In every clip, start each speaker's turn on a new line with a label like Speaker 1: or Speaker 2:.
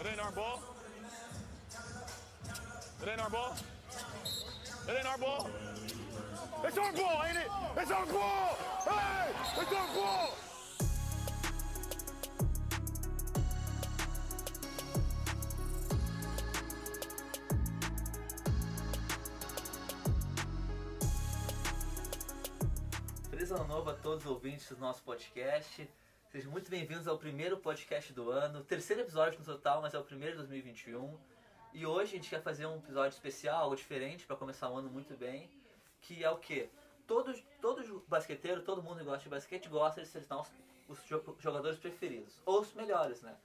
Speaker 1: It ain't our ball. It ain't our ball. It ain't our ball. It's our ball, ain't it? It's our ball. Hey, it's our ball.
Speaker 2: Feliz ano novo a todos os ouvintes do nosso podcast. Sejam muito bem-vindos ao primeiro podcast do ano, terceiro episódio no total, mas é o primeiro de 2021. E hoje a gente quer fazer um episódio especial, algo diferente, para começar o ano muito bem, que é o quê? Todos, todo basqueteiro, todo mundo que gosta de basquete gosta de selecionar os, os jo- jogadores preferidos, ou os melhores, né?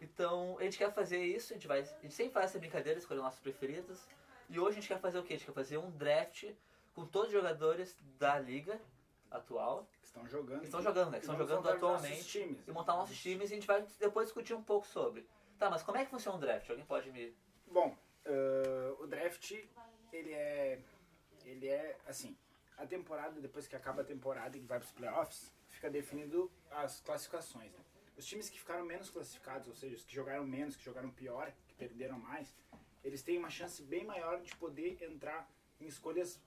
Speaker 2: Então, a gente quer fazer isso, a gente, vai, a gente sempre faz essa brincadeira, escolher nossos preferidos. E hoje a gente quer fazer o quê? A gente quer fazer um draft com todos os jogadores da liga atual,
Speaker 3: Estão jogando.
Speaker 2: que estão jogando, né? Que estão
Speaker 3: Vamos
Speaker 2: jogando
Speaker 3: montar os nossos
Speaker 2: atualmente.
Speaker 3: times.
Speaker 2: E tá- montar nossos times e a gente vai depois discutir um pouco sobre. Tá, mas como é que funciona um draft? Alguém pode me.
Speaker 3: Bom, ah, o draft, ele é. Ele é assim. A temporada, depois que acaba a temporada e vai para os playoffs, fica definido as classificações. né? Os times que ficaram menos classificados, ou seja, os que jogaram menos, que jogaram pior, que perderam mais, eles têm uma chance bem maior de poder entrar em escolhas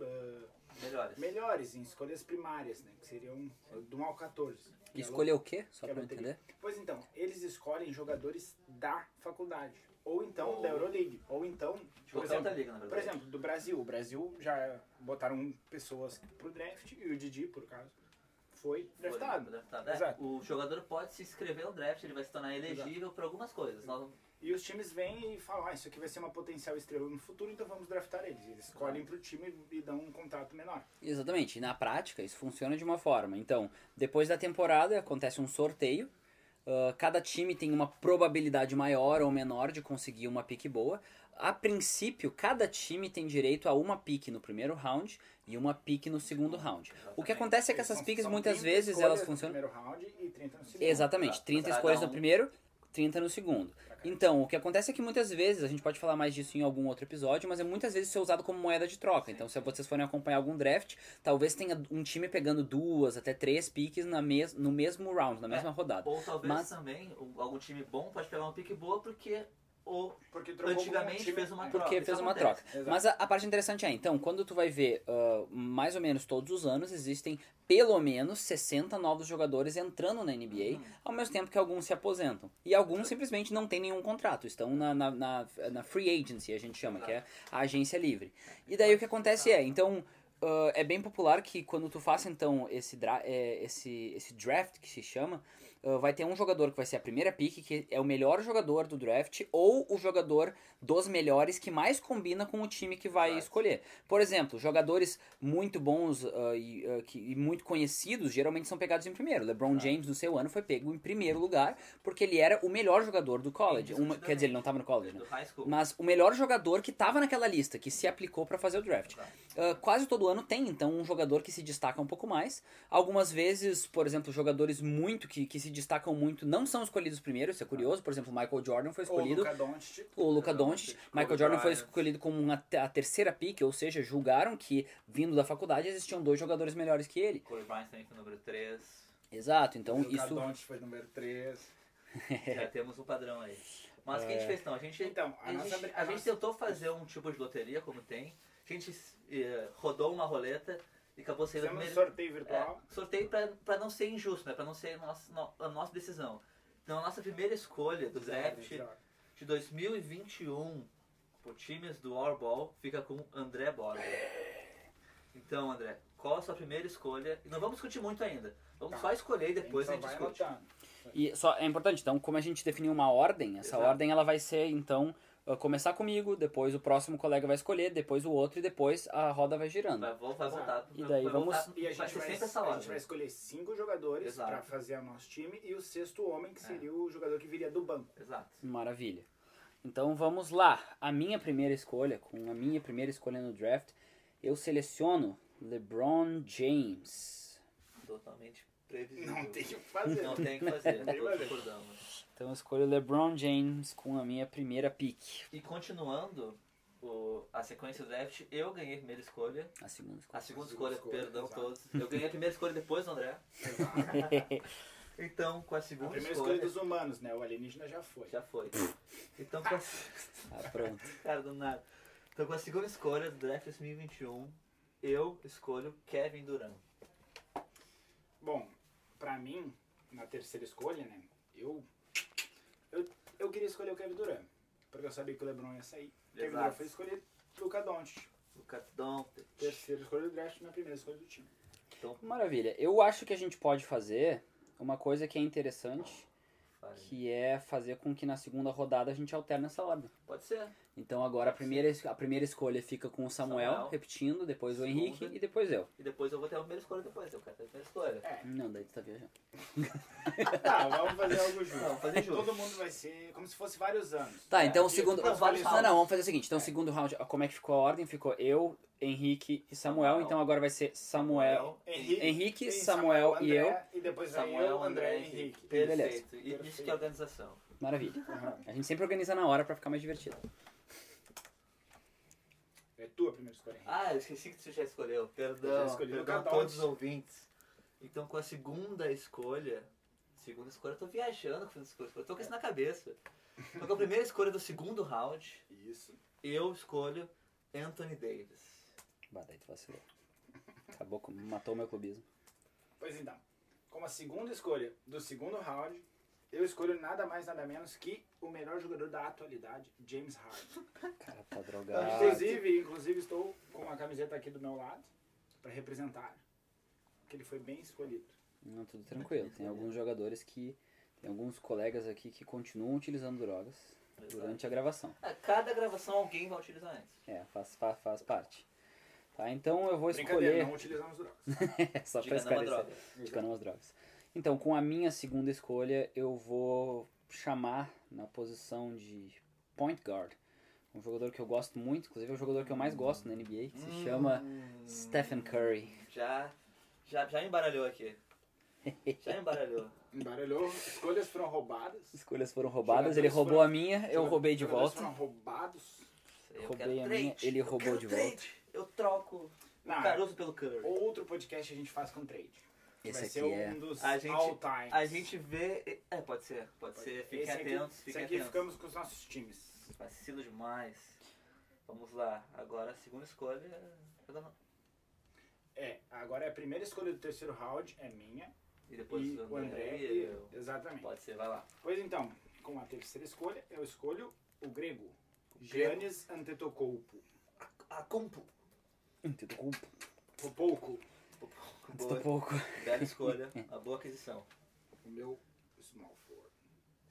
Speaker 3: ah,
Speaker 2: Melhores.
Speaker 3: melhores, em escolhas primárias, né? Que seriam do 1 ao 14.
Speaker 4: Que escolher o quê? Só
Speaker 3: Que é
Speaker 4: pra eu
Speaker 3: loteria.
Speaker 4: entender.
Speaker 3: Pois então, eles escolhem jogadores da faculdade. Ou então da Euroleague. Ou então, por
Speaker 2: qualquer Hum. outra
Speaker 3: exemplo,
Speaker 2: liga, na verdade.
Speaker 3: por exemplo, do Brasil. O Brasil já botaram pessoas pro draft e o Didi, por caso, foi
Speaker 2: Foi
Speaker 3: draftado.
Speaker 2: draftado. É,
Speaker 3: Exato.
Speaker 2: o jogador pode se inscrever no draft, ele vai se tornar elegível para algumas coisas. Nós-
Speaker 3: E os times vêm e falam, ah, isso aqui vai ser uma potencial estrela no futuro, então vamos draftar eles. Eles escolhem pro time e dão um contrato menor.
Speaker 4: Exatamente. E na prática, isso funciona de uma forma. Então, depois da temporada, acontece um sorteio. ah, cada time tem uma probabilidade maior ou menor de conseguir uma pique boa. A princípio, cada time tem direito a uma pique no primeiro round e uma pique no segundo round. O que acontece é que essas
Speaker 3: São-
Speaker 4: piques
Speaker 3: são
Speaker 4: muitas
Speaker 3: 30
Speaker 4: vezes
Speaker 3: escolhas
Speaker 4: elas funcionam.
Speaker 3: No primeiro round e 30 no segundo.
Speaker 4: Exatamente,
Speaker 2: Pra-
Speaker 4: 30
Speaker 2: pra
Speaker 4: escolhas
Speaker 2: cada um.
Speaker 4: no primeiro, 30 no segundo.
Speaker 3: cada
Speaker 4: Então, o que acontece é que muitas vezes, a gente pode falar mais disso em algum outro episódio, mas é muitas vezes isso é usado como moeda de troca. Então, se vocês forem acompanhar algum draft, talvez tenha um time pegando duas até três piques na mes no mesmo round, na
Speaker 2: É.
Speaker 4: mesma rodada.
Speaker 2: Ou talvez
Speaker 4: Mas-
Speaker 2: também o- algum time bom pode pegar um pique boa porque o
Speaker 3: Porque trocou com um
Speaker 2: antigamente
Speaker 3: time-
Speaker 2: fez uma
Speaker 3: é.
Speaker 2: troca.
Speaker 4: Porque
Speaker 2: Isso
Speaker 4: fez uma
Speaker 2: acontece.
Speaker 4: troca.
Speaker 3: Exato.
Speaker 4: Mas a, a parte interessante é, então, quando tu vai ver ah, mais ou menos todos os anos, existem pelo menos 60 novos jogadores entrando na
Speaker 2: Uhum.
Speaker 4: NBA, ao mesmo tempo que alguns se aposentam. E alguns simplesmente não têm nenhum contrato, estão na, na, na, na free agency, a gente chama, que é a agência livre. E daí o que acontece é, então. ah, é bem popular que quando tu faça então esse, dra é, esse, esse draft que se chama, ah, vai ter um jogador que vai ser a primeira pick, que é o melhor jogador do draft, ou o jogador dos melhores que mais combina com o time que vai
Speaker 2: Exato.
Speaker 4: escolher. Por exemplo, jogadores muito bons ah, e, ah, que- e muito conhecidos geralmente são pegados em primeiro. LeBron James, no seu ano, foi pego em primeiro lugar porque ele era o melhor jogador do college. Uma- quer dizer, ele não estava no college, né?
Speaker 2: Do high school.
Speaker 4: Mas o melhor jogador que tava naquela lista, que se aplicou pra fazer o draft.
Speaker 3: Tá.
Speaker 4: Ah, quase todo ano tem, então, um jogador que se destaca um pouco mais. Algumas vezes, por exemplo, jogadores muito que, que se destacam muito não são escolhidos primeiro, isso é curioso. Por exemplo, Michael Jordan foi
Speaker 3: Ou o
Speaker 4: escolhido.
Speaker 3: Luka Doncic.
Speaker 4: O Luca Doncic, Michael
Speaker 2: Kobe
Speaker 4: Jordan foi
Speaker 2: Bryant.
Speaker 4: escolhido como uma te- a terceira pick, ou seja, julgaram que vindo da faculdade existiam dois jogadores melhores que ele.
Speaker 2: Kobe Bryant também foi o número 3.
Speaker 4: Exato, então
Speaker 3: Luka
Speaker 4: isso
Speaker 3: Doncic foi número 3.
Speaker 2: Já temos um padrão aí. Mas o que a gente fez então? A gente,
Speaker 3: Então, a
Speaker 2: a
Speaker 3: nossa
Speaker 2: gente,
Speaker 3: bri-
Speaker 2: a
Speaker 3: a
Speaker 2: gente
Speaker 3: nossa-
Speaker 2: tentou fazer um tipo de loteria, como tem. A gente eh, rodou uma roleta e acabou sendo o
Speaker 3: Fizemos um
Speaker 2: primeiro-
Speaker 3: sorteio virtual.
Speaker 2: é, sorteio pra, pra não ser injusto, né? Pra não ser nossa, no- a nossa decisão. Então a nossa primeira escolha do draft
Speaker 3: Então,
Speaker 2: de 2021 por times do All Ball fica com André Borba. Então, André, qual a sua primeira escolha? E não vamos discutir muito ainda. Vamos
Speaker 3: Tá.
Speaker 2: só escolher e depois a
Speaker 3: só
Speaker 2: gente
Speaker 3: vai
Speaker 2: discute.
Speaker 3: anotando.
Speaker 4: E só é importante, então, como a gente definiu uma ordem, essa
Speaker 2: Exato.
Speaker 4: ordem ela vai ser, então, uh, começar comigo, depois o próximo colega vai escolher, depois o outro e depois a roda vai girando.
Speaker 2: Vai, vou- vai voltar.
Speaker 4: E daí
Speaker 2: vai
Speaker 4: vamos-
Speaker 2: voltar-
Speaker 3: E a
Speaker 2: vai
Speaker 3: gente
Speaker 2: ser
Speaker 3: vai,
Speaker 2: sempre essa
Speaker 3: a gente vai
Speaker 2: ordem.
Speaker 3: escolher cinco jogadores
Speaker 2: Exato. É.
Speaker 3: para fazer o nosso time e o sexto homem, que seria o jogador que viria do banco.
Speaker 2: Exato.
Speaker 4: Maravilha. Então vamos lá. A minha primeira escolha, com a minha primeira escolha no draft, eu seleciono LeBron James.
Speaker 2: Totalmente previsível.
Speaker 3: Não tem o que fazer.
Speaker 2: Não tem o que fazer,
Speaker 3: Não tem o que
Speaker 2: todos
Speaker 3: fazer.
Speaker 2: concordamos.
Speaker 4: Então eu escolho LeBron James com a minha primeira pick.
Speaker 2: E continuando o- a sequência do draft, eu ganhei a primeira escolha.
Speaker 4: A segunda escolha.
Speaker 2: A segunda escolha,
Speaker 3: escolha,
Speaker 2: perdão
Speaker 3: exato.
Speaker 2: todos. Eu ganhei a primeira escolha depois do André. Então, com a segunda
Speaker 3: Primeira escolha
Speaker 2: escolha.
Speaker 3: dos humanos, né? O alienígena já foi.
Speaker 2: Já foi. Então, com a.
Speaker 4: Ah, pronto.
Speaker 2: Cara, do nada. Então, com a segunda escolha do draft 2021, eu escolho Kevin Durant.
Speaker 3: Bom, pra mim, na terceira escolha, né? Eu, eu, eu queria escolher o Kevin Durant. Porque eu sabia que o LeBron ia sair. Kevin
Speaker 2: Exato.
Speaker 3: Durant foi escolhido. Luca Doncic.
Speaker 2: O Catdon.
Speaker 3: Terceira escolha do draft, minha primeira escolha do time.
Speaker 4: Maravilha. Eu acho que a gente pode fazer uma coisa que é interessante, que é fazer com que na segunda rodada a gente alterne essa ordem.
Speaker 2: Pode ser.
Speaker 4: Então agora a primeira, es- a primeira escolha fica com o Samuel,
Speaker 2: Samuel.
Speaker 4: repetindo, depois o
Speaker 2: Segunda.
Speaker 4: Henrique e depois eu.
Speaker 2: E depois eu vou ter a primeira escolha depois. Eu quero ter a primeira escolha.
Speaker 4: Não, daí tu tá viajando.
Speaker 3: Tá, vamos fazer algo justo.
Speaker 2: Não, fazer justo.
Speaker 3: Todo mundo vai ser como se fosse vários anos.
Speaker 4: Tá,
Speaker 2: É,
Speaker 4: então o
Speaker 3: aqui
Speaker 4: segundo.
Speaker 3: tu
Speaker 4: Não,
Speaker 2: pode vários
Speaker 4: não,
Speaker 2: rounds.
Speaker 4: vamos fazer o seguinte. Então o segundo round, como é que ficou a ordem? Ficou eu, Henrique e Samuel.
Speaker 2: Samuel.
Speaker 4: Então agora vai ser Samuel.
Speaker 3: Henrique,
Speaker 4: Henrique,
Speaker 3: tem
Speaker 4: Samuel e
Speaker 3: André, E depois vai é, eu,
Speaker 2: Samuel,
Speaker 3: André e
Speaker 2: Henrique.
Speaker 3: Henrique.
Speaker 2: Perfeito. E isso
Speaker 3: Perfeito.
Speaker 2: que é organização.
Speaker 4: Maravilha.
Speaker 3: Aham.
Speaker 4: A gente sempre organiza na hora pra ficar mais divertido.
Speaker 3: É tua primeira escolha, Henrique.
Speaker 2: Ah, eu esqueci que você já escolheu.
Speaker 3: Eu já
Speaker 2: Perdão.
Speaker 3: escolhi.
Speaker 2: Perdão a
Speaker 3: Cada um
Speaker 2: todos
Speaker 3: de-
Speaker 2: os ouvintes. Então, com a segunda escolha. Segunda escolha, eu tô viajando com a segunda escolha. Eu tô com isso na cabeça. Então, com a primeira escolha do segundo round,
Speaker 3: Isso.
Speaker 2: eu escolho Anthony Davis.
Speaker 4: Bah, daí tu vacilou. Acabou, com- matou o meu clubismo.
Speaker 3: Pois então, como a segunda escolha do segundo round, eu escolho nada mais nada menos que o melhor jogador da atualidade, James Harden.
Speaker 4: Cara, tá drogado.
Speaker 3: Inclusive, inclusive estou com a camiseta aqui do meu lado para representar que ele foi bem escolhido.
Speaker 4: Não, tudo tranquilo. Tem alguns jogadores que. Tem alguns colegas aqui que continuam utilizando drogas durante a gravação.
Speaker 2: A É, cada gravação alguém vai utilizar antes.
Speaker 4: É, faz, faz, faz parte. Tá, então eu vou
Speaker 3: Brincadeira, não
Speaker 4: escolher.
Speaker 3: utilizamos drogas.
Speaker 4: Só pra
Speaker 2: Dica não é uma droga.
Speaker 4: esclarecer. Dica não é umas drogas. Então, com a minha segunda escolha, eu vou chamar na posição de point guard. Um jogador que eu gosto muito, inclusive é o jogador que eu mais gosto na NBA, que
Speaker 3: Hum.
Speaker 4: se chama Stephen Curry.
Speaker 2: Já, já, já embaralhou aqui. Já embaralhou.
Speaker 3: Embaralhou, escolhas foram roubadas.
Speaker 4: Escolhas foram roubadas,
Speaker 3: Jogadores
Speaker 4: ele roubou
Speaker 3: foram-
Speaker 4: a minha, eu roubei de
Speaker 3: Jogadores
Speaker 4: volta.
Speaker 3: Foram roubados.
Speaker 2: Eu
Speaker 4: Roubei
Speaker 2: quero
Speaker 4: a minha,
Speaker 2: trade.
Speaker 4: ele
Speaker 2: Eu
Speaker 4: roubou
Speaker 2: quero
Speaker 4: de
Speaker 2: trade. Eu troco
Speaker 3: Não. é.
Speaker 2: o Caruso pelo Curry.
Speaker 3: Outro podcast a gente faz com trade.
Speaker 4: Esse
Speaker 3: Vai
Speaker 4: aqui
Speaker 3: ser
Speaker 4: é.
Speaker 3: um dos
Speaker 2: A gente-
Speaker 3: all time.
Speaker 2: A gente vê... É, pode ser. Pode, ser. Fiquem
Speaker 3: Esse aqui-
Speaker 2: atentos.
Speaker 3: Esse
Speaker 2: Fiquem
Speaker 3: aqui
Speaker 2: atentos.
Speaker 3: ficamos com os nossos times.
Speaker 2: Vacilo demais. Vamos lá. Agora a segunda escolha... é- eu não-
Speaker 3: É, agora é a primeira escolha do terceiro round, é minha.
Speaker 2: E depois
Speaker 3: e o André e eu.
Speaker 2: eu.
Speaker 3: Exatamente.
Speaker 2: Pode ser, vai lá.
Speaker 3: Pois então, com a terceira escolha, eu escolho o grego.
Speaker 2: grego.
Speaker 3: Giannis Antetokounmpo.
Speaker 2: A compo.
Speaker 4: Tudo culpa,
Speaker 3: Popouco,
Speaker 4: tudo
Speaker 2: Boa.
Speaker 4: pouco.
Speaker 2: Bela escolha. Uma boa aquisição.
Speaker 3: o meu small forward.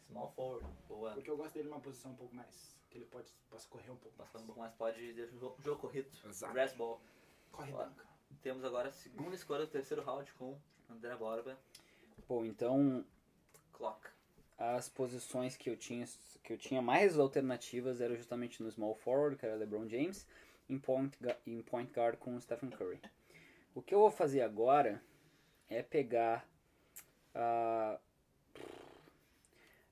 Speaker 2: Small forward. Boa.
Speaker 3: Porque eu gosto dele numa posição um pouco mais... Que ele pode, possa correr um pouco mais.
Speaker 2: Passando um pouco mais, pode deixar o jogo, jogo corrido.
Speaker 3: Exato.
Speaker 2: Restball.
Speaker 3: Corre,
Speaker 2: Ó,
Speaker 3: Duncan.
Speaker 2: Temos agora a segunda escolha do terceiro round com André Borba.
Speaker 4: Bom, então
Speaker 2: Clock.
Speaker 4: as posições que eu tinha que eu tinha mais alternativas eram justamente no small forward, que era LeBron James, em point, gu- em point guard com o Stephen Curry. O que eu vou fazer agora é pegar ah,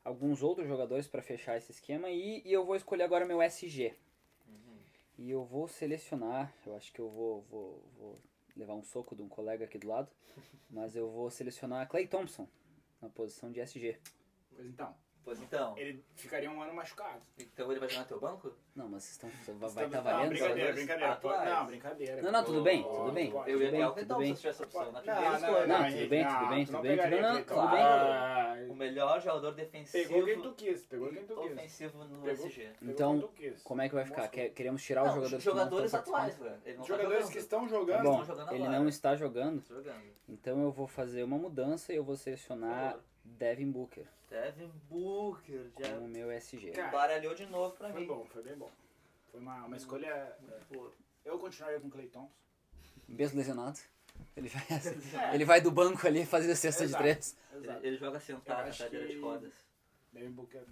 Speaker 4: alguns outros jogadores para fechar esse esquema e, e eu vou escolher agora meu SG. E eu vou selecionar, eu acho que eu vou, vou, vou levar um soco de um colega aqui do lado, mas eu vou selecionar Clay Thompson na posição de SG.
Speaker 3: Pois então,
Speaker 2: Pois então.
Speaker 3: ele ficaria um ano machucado.
Speaker 2: Então ele vai jogar no teu banco?
Speaker 4: Não, mas vocês estão. Vai estar
Speaker 3: Estamos-
Speaker 4: tá
Speaker 3: Não,
Speaker 4: valendo?
Speaker 3: brincadeira,
Speaker 2: jogadores
Speaker 3: brincadeira. pode-
Speaker 2: atuais.
Speaker 3: Não, brincadeira.
Speaker 4: Não, não, tudo bem,
Speaker 3: Pode,
Speaker 4: tudo bem.
Speaker 3: pode.
Speaker 2: eu ia
Speaker 4: bem,
Speaker 2: pegar o Clay
Speaker 4: tudo bem.
Speaker 2: Thompson se tivesse essa opção. Na primeira
Speaker 3: Não,
Speaker 2: escolha.
Speaker 4: não,
Speaker 3: Henrique,
Speaker 4: tudo bem, tudo
Speaker 3: não,
Speaker 4: bem,
Speaker 3: tu
Speaker 4: tudo
Speaker 3: não
Speaker 4: bem, tudo
Speaker 3: pegaria
Speaker 4: bem.
Speaker 3: aquele
Speaker 4: Tudo
Speaker 3: cara.
Speaker 4: bem.
Speaker 3: Ah,
Speaker 2: O melhor jogador
Speaker 3: Pegou
Speaker 2: defensivo
Speaker 3: quem tu quis, pegou quem
Speaker 2: e
Speaker 3: tu quis.
Speaker 2: ofensivo no
Speaker 3: Pegou-
Speaker 2: SG.
Speaker 3: Pegou
Speaker 4: Então,
Speaker 3: quem tu quis.
Speaker 4: Como é que vai ficar?
Speaker 3: Mostrou.
Speaker 4: Quer- queremos tirar
Speaker 2: Não,
Speaker 4: os jogadores, que não
Speaker 2: jogadores
Speaker 4: estão
Speaker 2: atuais,
Speaker 4: participando?
Speaker 2: velho. Ele não tá
Speaker 3: Jogadores
Speaker 2: jogando.
Speaker 3: que estão
Speaker 4: Tá
Speaker 3: jogando.
Speaker 4: bom,
Speaker 2: estão jogando
Speaker 4: ele
Speaker 2: agora.
Speaker 4: não está jogando,
Speaker 2: Tá jogando.
Speaker 4: então eu vou fazer uma mudança e eu vou selecionar
Speaker 2: Por favor.
Speaker 4: Devin Booker
Speaker 2: Devin Booker
Speaker 4: como
Speaker 2: já
Speaker 4: meu SG.
Speaker 3: Cara,
Speaker 2: baralhou de novo pra
Speaker 3: Foi
Speaker 2: mim.
Speaker 3: bom, foi bem bom. Foi uma, uma escolha.
Speaker 2: Pô,
Speaker 3: Eu continuaria com o Clay Thompson.
Speaker 4: Mesmo lesionado, ele vai, ele vai do banco ali fazer a cesta de
Speaker 3: Exato.
Speaker 4: três.
Speaker 2: Ele,
Speaker 3: Exato.
Speaker 2: ele joga sentado
Speaker 3: Eu
Speaker 2: na
Speaker 3: acho
Speaker 2: cadeira de
Speaker 3: que-
Speaker 2: rodas.
Speaker 3: Devin Booker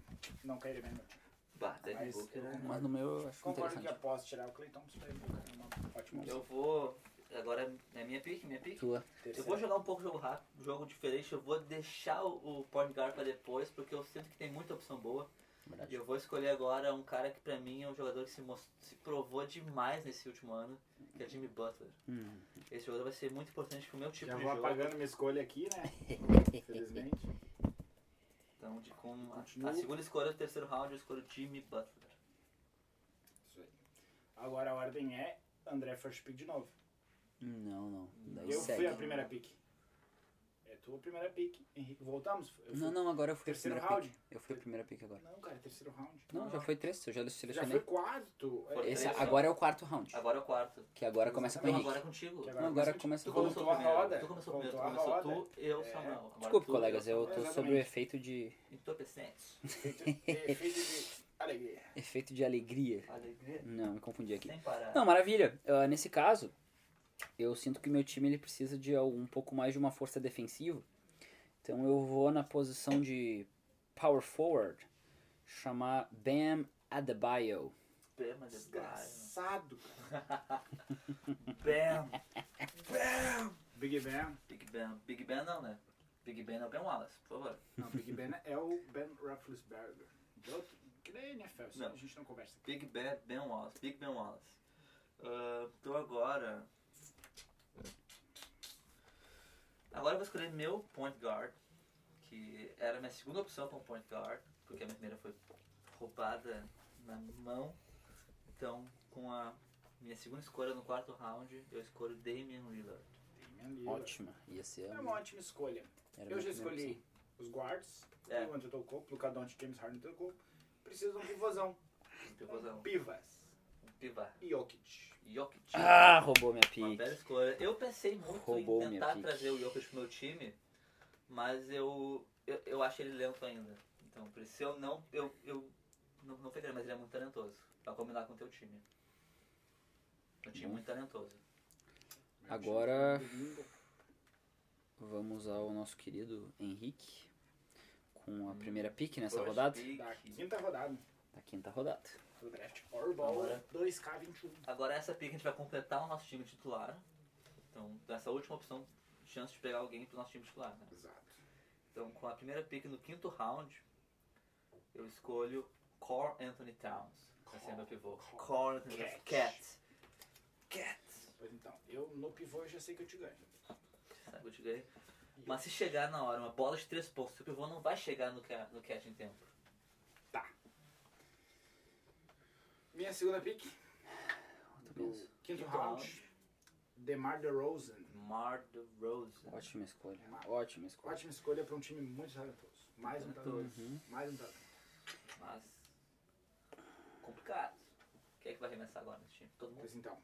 Speaker 3: não cairia bem no meu time.
Speaker 2: Bah, Devin
Speaker 3: Mas
Speaker 2: Booker
Speaker 3: eu
Speaker 2: é...
Speaker 4: Mas no meu eu acho
Speaker 3: Concordo que
Speaker 4: interessante.
Speaker 3: após tirar o Clay Thompson, Devin Booker é uma ótima opção.
Speaker 2: Eu vou. Agora é minha pick, minha pick.
Speaker 4: Tua.
Speaker 2: Eu
Speaker 3: Terceiro.
Speaker 2: vou jogar um pouco jogo rápido, jogo diferente. Eu vou deixar o, o point guard pra depois, porque eu sinto que tem muita opção boa. E
Speaker 4: Verdade.
Speaker 2: eu vou escolher agora um cara que pra mim é um jogador que se, mos- se provou demais nesse último ano, que é Jimmy Butler.
Speaker 4: Hum.
Speaker 2: Esse jogador vai ser muito importante pro meu tipo
Speaker 3: Já
Speaker 2: de
Speaker 3: vou
Speaker 2: jogo.
Speaker 3: apagando minha escolha aqui, né? Infelizmente.
Speaker 2: Então, de, com a,
Speaker 3: Continua.
Speaker 2: a segunda escolha do terceiro round, eu escolho Jimmy Butler.
Speaker 3: Isso aí. Agora a ordem é André first pick de novo.
Speaker 4: Não, não. Daí
Speaker 3: eu
Speaker 4: Então segue.
Speaker 3: fui a primeira pick. É tua primeira pick, Henrique. Voltamos? Eu fui-
Speaker 4: Não, não, agora eu fui
Speaker 3: Terceiro
Speaker 4: a primeira
Speaker 3: round?
Speaker 4: pick. Eu fui a primeira pick agora.
Speaker 3: Não, cara, é terceiro round.
Speaker 4: Não, já foi três, eu já
Speaker 3: Já
Speaker 4: selecionei.
Speaker 3: foi quarto.
Speaker 2: Foi
Speaker 4: Esse,
Speaker 2: três,
Speaker 4: agora é o quarto round.
Speaker 2: Agora é o quarto.
Speaker 4: Que agora começa com o
Speaker 2: Não,
Speaker 4: Henrique.
Speaker 2: agora é contigo.
Speaker 3: Que
Speaker 4: Não, agora começa
Speaker 2: Tu
Speaker 4: com o Henrique.
Speaker 2: começou
Speaker 3: Voltou a
Speaker 2: primeiro.
Speaker 3: roda.
Speaker 2: Tu começou
Speaker 3: Voltou
Speaker 2: primeiro.
Speaker 3: a
Speaker 2: Tu começou
Speaker 3: roda.
Speaker 2: tu, eu,
Speaker 3: É.
Speaker 2: Samuel. Agora
Speaker 4: Desculpe,
Speaker 2: tu,
Speaker 4: colegas, eu tô
Speaker 3: Exatamente.
Speaker 4: sob o efeito de.
Speaker 2: Entorpecentes.
Speaker 3: é, Efeito de alegria.
Speaker 4: efeito de alegria.
Speaker 2: Alegria.
Speaker 4: Não, me confundi aqui.
Speaker 2: Sem parar.
Speaker 4: Não, maravilha. Ah, nesse caso, eu sinto que meu time ele precisa de al- um pouco mais de uma força defensiva. Então eu vou na posição de power forward chamar Bam Adebayo.
Speaker 2: Bema de Baio.
Speaker 3: Desgraçado.
Speaker 2: Bam.
Speaker 3: Big Ben.
Speaker 2: Big Ben. Big Ben não, né? Big Ben é o Ben Wallace, por favor.
Speaker 3: Não, Big Ben é o Ben Roethlisberger. De outro- Que nem NFL, senão
Speaker 2: Não.
Speaker 3: assim, a gente não conversa.
Speaker 2: Big Ben, Ben Wallace. Big Ben Wallace. Ah, então agora... Agora eu vou escolher meu point guard, que era a minha segunda opção como point guard, porque a minha primeira foi roubada na mão. Então, com a minha segunda escolha no quarto round, eu escolho Damian Lillard.
Speaker 3: Damian Lillard.
Speaker 4: Ótima. Ia ser.
Speaker 3: É uma ótima escolha.
Speaker 4: era
Speaker 3: eu já
Speaker 4: minha primeira
Speaker 3: escolhi os guards,
Speaker 2: É.
Speaker 3: o Antetokounmpo, Luka Doncic, James Harden, Antetokounmpo. Precisam de um pivôzão.
Speaker 2: Um pivôzão.
Speaker 3: Pivas.
Speaker 2: Um pivá.
Speaker 3: Jokic.
Speaker 2: Jokic.
Speaker 4: opção. Ah, roubou minha
Speaker 2: Uma bela
Speaker 4: pick.
Speaker 2: escolha. Eu pensei muito
Speaker 4: Roubou
Speaker 2: em
Speaker 4: minha
Speaker 2: tentar
Speaker 4: pick.
Speaker 2: trazer o Jokic pro meu time, mas eu, eu, eu acho ele lento ainda. Então, por isso eu não. Eu, eu não, não pegaria, mas ele é muito talentoso. Pra combinar com o teu time. Um time muito talentoso.
Speaker 4: Agora vamos ao nosso querido Henrique com
Speaker 3: Hum.
Speaker 4: a primeira pick nessa
Speaker 2: First
Speaker 4: rodada.
Speaker 2: pick.
Speaker 3: Da quinta rodada
Speaker 4: Da quinta rodada.
Speaker 3: do draft Powerball
Speaker 2: Agora.
Speaker 3: 2K21.
Speaker 2: Agora essa pick a gente vai completar o nosso time titular. Então, dessa última opção, chance de pegar alguém pro nosso time titular, né?
Speaker 3: Exato.
Speaker 2: Então, com a primeira pick no quinto round, eu escolho Core Anthony Towns. Vai ser meu pivô. Core Anthony Towns. Cat. Cat.
Speaker 3: Pois então, eu no pivô eu já sei que eu te ganho.
Speaker 2: Sabe, eu te ganhei. Mas se chegar na hora, uma bola de três pontos, seu pivô não vai chegar no, ca- no cat em tempo.
Speaker 3: Tá. Minha segunda pick. Do
Speaker 4: pensa.
Speaker 3: quinto
Speaker 2: Quinto
Speaker 3: round. DeMar DeRozan.
Speaker 2: Mar the Rose.
Speaker 4: Ótima escolha. Ótima escolha.
Speaker 3: Ótima escolha para um time muito talentoso. Mais um talentoso.
Speaker 4: Uhum.
Speaker 3: Mais um talentoso.
Speaker 2: Mas. Complicado. Quem é que vai arremessar agora nesse time? Todo mundo?
Speaker 3: Pois então.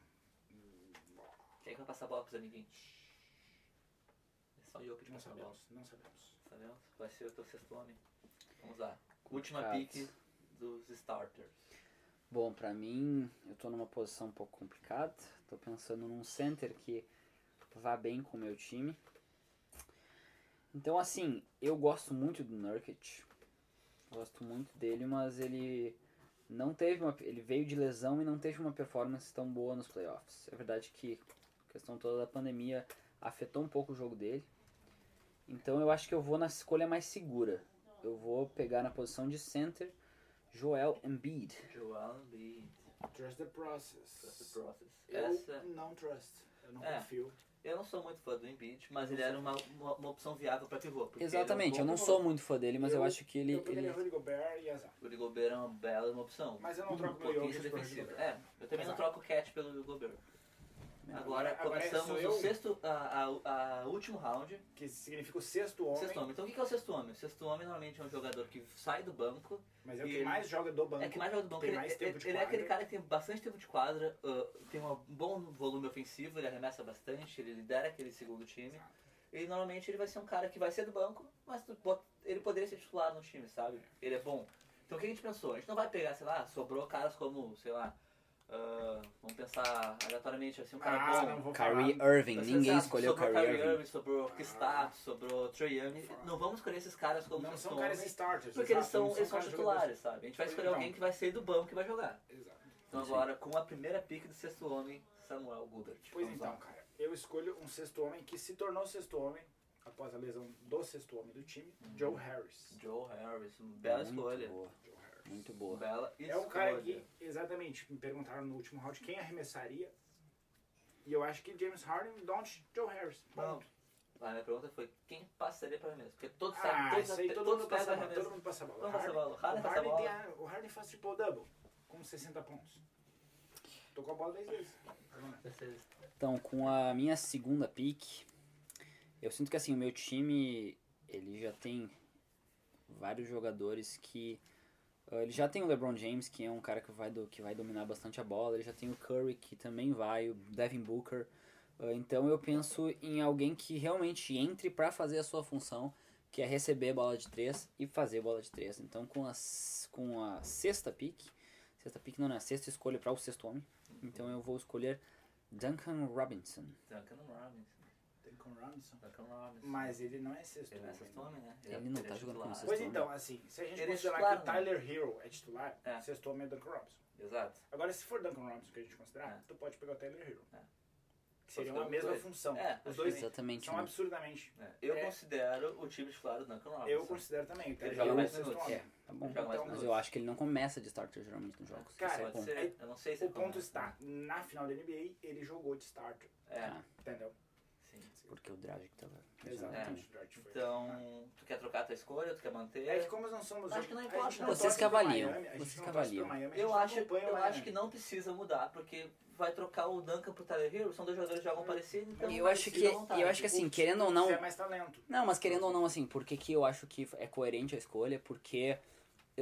Speaker 2: Quem é que vai passar a bola pros amiguinhos? É só o Jokic
Speaker 3: Não
Speaker 2: passar a bola.
Speaker 3: sabemos. Não sabemos.
Speaker 2: Sabemos? Vai ser o teu sexto homem. Vamos lá. Última
Speaker 4: Complicado.
Speaker 2: pick dos starters.
Speaker 4: Bom, pra mim, eu tô numa posição um pouco complicada. Tô pensando num center que vá bem com o meu time. Então, assim, eu gosto muito do Nurkic. Gosto muito dele, mas ele não teve uma ele veio de lesão e não teve uma performance tão boa nos playoffs. É verdade que a questão toda da pandemia afetou um pouco o jogo dele. Então, eu acho que eu vou na escolha mais segura. Eu vou pegar na posição de center Joel Embiid.
Speaker 2: Joel Embiid.
Speaker 3: Trust the process.
Speaker 2: Trust the process.
Speaker 3: Eu
Speaker 2: Essa,
Speaker 3: não trust. Eu não
Speaker 2: É.
Speaker 3: confio.
Speaker 2: eu não sou muito fã do Embiid, mas ele era uma, uma, uma opção viável pra pivô. porque
Speaker 4: Exatamente,
Speaker 2: ele é
Speaker 4: eu
Speaker 2: um bom
Speaker 4: não
Speaker 2: pivô.
Speaker 4: sou muito fã dele, mas eu, acho que ele.
Speaker 3: Eu pegaria
Speaker 4: ele-
Speaker 3: Rudy Gobert e azar.
Speaker 2: O Rudy Gobert é uma bela uma opção.
Speaker 3: Mas eu não
Speaker 2: um
Speaker 3: troco meu
Speaker 2: pouquinho
Speaker 3: Jokic por Rudy
Speaker 2: defensivo.
Speaker 3: Gobert.
Speaker 2: É, eu também não
Speaker 3: Exato.
Speaker 2: troco o Cat pelo Rudy Gobert. Agora,
Speaker 3: Agora sou
Speaker 2: começamos
Speaker 3: eu.
Speaker 2: o sexto, a, a, a último round.
Speaker 3: Que significa o sexto homem.
Speaker 2: Sexto homem. Então o que que é o sexto homem? O sexto homem normalmente é um jogador que sai do banco.
Speaker 3: Mas é o que
Speaker 2: E-
Speaker 3: mais joga do banco.
Speaker 2: É que mais joga do banco.
Speaker 3: Tem
Speaker 2: Ele,
Speaker 3: mais tempo
Speaker 2: ele-
Speaker 3: de
Speaker 2: ele é
Speaker 3: quadra.
Speaker 2: aquele cara que tem bastante tempo de quadra, ah, tem um bom volume ofensivo, ele arremessa bastante, ele lidera aquele segundo time.
Speaker 3: Exato.
Speaker 2: E normalmente ele vai ser um cara que vai ser do banco, mas tu bota- ele poderia ser titular no time, sabe? Ele é bom. Então o que a gente pensou? A gente não vai pegar, sei lá, sobrou caras como, sei lá, ah, vamos pensar aleatoriamente, assim, um cara
Speaker 3: Ah,
Speaker 2: bom.
Speaker 3: não vou falar.
Speaker 4: Kyrie é Irving,
Speaker 2: Mas,
Speaker 4: ninguém
Speaker 2: exato,
Speaker 4: escolheu
Speaker 2: sobrou
Speaker 4: Kyrie Irving.
Speaker 2: sobrou Kristaps, sobrou Trae Young. Não vamos escolher esses caras como
Speaker 3: Ah. Não
Speaker 2: sexto
Speaker 3: são caras
Speaker 2: homem.
Speaker 3: starters.
Speaker 2: Porque eles
Speaker 3: exato, não
Speaker 2: são, eles são
Speaker 3: caras
Speaker 2: titulares, sabe? A gente vai escolher
Speaker 3: Então.
Speaker 2: alguém que vai sair do banco e vai jogar.
Speaker 3: jogadores. Exato.
Speaker 2: Então
Speaker 4: Sim.
Speaker 2: agora, com a primeira pick do sexto homem, Samuel Goodert.
Speaker 3: Pois
Speaker 2: Vamos
Speaker 3: então,
Speaker 2: lá.
Speaker 3: cara, eu escolho um sexto homem que se tornou sexto homem após a lesão do sexto homem do time,
Speaker 2: Uhum.
Speaker 3: Joe Harris.
Speaker 2: Joe Harris, uma bela
Speaker 4: Muito
Speaker 2: escolha.
Speaker 4: boa,
Speaker 3: Joe Harris.
Speaker 4: muito boa.
Speaker 2: Bela escolha.
Speaker 3: É um cara que, exatamente, me perguntaram no último round quem arremessaria. E eu acho que James Harden, don't Joe Harris.
Speaker 2: Não,
Speaker 3: Ponto.
Speaker 2: A minha pergunta foi quem passaria para arremesso? Porque todos sabem,
Speaker 3: Ah,
Speaker 2: todos,
Speaker 3: isso aí todo
Speaker 2: todos
Speaker 3: mundo
Speaker 2: pegam
Speaker 3: passa a bola.
Speaker 2: arremesso.
Speaker 3: Todo mundo passa a bola.
Speaker 2: Todo mundo passa a bola.
Speaker 3: O
Speaker 2: Harden passa a
Speaker 3: Harden tem
Speaker 2: bola.
Speaker 3: a- O Harden faz triple double com 60 pontos. Tocou a bola 10 vezes. Vamos lá.
Speaker 2: Vocês-
Speaker 4: Então, com a minha segunda pick, eu sinto que assim, o meu time, ele já tem vários jogadores que ah, ele já tem o LeBron James, que é um cara que vai do, que vai dominar bastante a bola, ele já tem o Curry que também vai, o Devin Booker. Ah, então eu penso em alguém que realmente entre pra fazer a sua função, que é receber bola de três e fazer bola de três. Então com a s- com a sexta pick, sexta pick não, não, a sexta escolha para o sexto homem. Então eu vou escolher Duncan Robinson.
Speaker 2: Duncan é Robinson.
Speaker 3: Tem com o Robinson.
Speaker 2: Duncan Robinson.
Speaker 3: Mas ele não é sexto.
Speaker 2: Ele não é
Speaker 3: homem,
Speaker 2: sexto
Speaker 3: né?
Speaker 2: homem, né?
Speaker 4: Ele
Speaker 2: é-
Speaker 4: não
Speaker 2: é
Speaker 4: tá jogando
Speaker 2: titular.
Speaker 4: como sexto
Speaker 3: Pois então, assim, se a gente
Speaker 2: Ele é
Speaker 3: considerar
Speaker 2: titular,
Speaker 3: que o Tyler Hero é titular,
Speaker 2: É.
Speaker 3: sexto homem é Duncan Robinson.
Speaker 2: Exato.
Speaker 3: Agora, se for Duncan Robinson que a gente considerar,
Speaker 2: É.
Speaker 3: tu pode pegar o Tyler Hero.
Speaker 2: É.
Speaker 3: Que seriam
Speaker 2: Os
Speaker 3: a mesma
Speaker 2: dois.
Speaker 3: função.
Speaker 2: É,
Speaker 3: Os dois
Speaker 4: Exatamente.
Speaker 3: são
Speaker 4: né?
Speaker 3: absurdamente.
Speaker 2: É, Eu
Speaker 3: É.
Speaker 2: considero o time titular do Duncan Robinson.
Speaker 3: Eu considero também. O Tyler
Speaker 2: joga
Speaker 3: Hero é
Speaker 2: mais
Speaker 3: sexto
Speaker 2: minutos.
Speaker 3: homem.
Speaker 4: É, tá bom.
Speaker 2: Joga mais
Speaker 3: Então,
Speaker 4: Mas
Speaker 2: minutos.
Speaker 4: eu acho que ele não começa de starter geralmente nos jogos.
Speaker 3: Cara,
Speaker 4: Esse é o
Speaker 2: Pode
Speaker 4: ponto.
Speaker 2: ser. Eu não sei se
Speaker 3: O ponto
Speaker 2: está.
Speaker 3: está, na final da NBA, ele jogou de starter.
Speaker 2: É,
Speaker 4: Tá.
Speaker 3: Entendeu?
Speaker 2: sim.
Speaker 4: Porque o Dragic tá tava. É.
Speaker 3: Exatamente. o draft foi- assim.
Speaker 2: Então, tu quer trocar a tua escolha? Tu quer manter?
Speaker 3: É que como nós não somos.
Speaker 2: Acho que não
Speaker 3: a gente
Speaker 2: importa.
Speaker 3: não
Speaker 4: Vocês
Speaker 3: torce
Speaker 4: que né?
Speaker 3: pro
Speaker 4: avaliam.
Speaker 3: Miami, a gente
Speaker 4: Vocês
Speaker 3: não torce
Speaker 4: que
Speaker 3: pro
Speaker 4: avaliam.
Speaker 3: Miami, a gente
Speaker 2: Eu
Speaker 3: não
Speaker 2: acho,
Speaker 3: acompanha né? o
Speaker 2: eu
Speaker 3: Miami.
Speaker 2: acho que não precisa mudar, porque vai trocar o Duncan pro Tyler Hero, são dois jogadores que
Speaker 3: Hum.
Speaker 2: jogam parecido, então
Speaker 4: Eu
Speaker 2: vai
Speaker 4: acho
Speaker 2: se
Speaker 4: que,
Speaker 2: dar vontade.
Speaker 4: eu acho que assim, querendo ou não.
Speaker 3: Você é mais talento.
Speaker 4: Não, mas querendo ou não, assim, por que, que eu acho que é coerente a escolha? Porque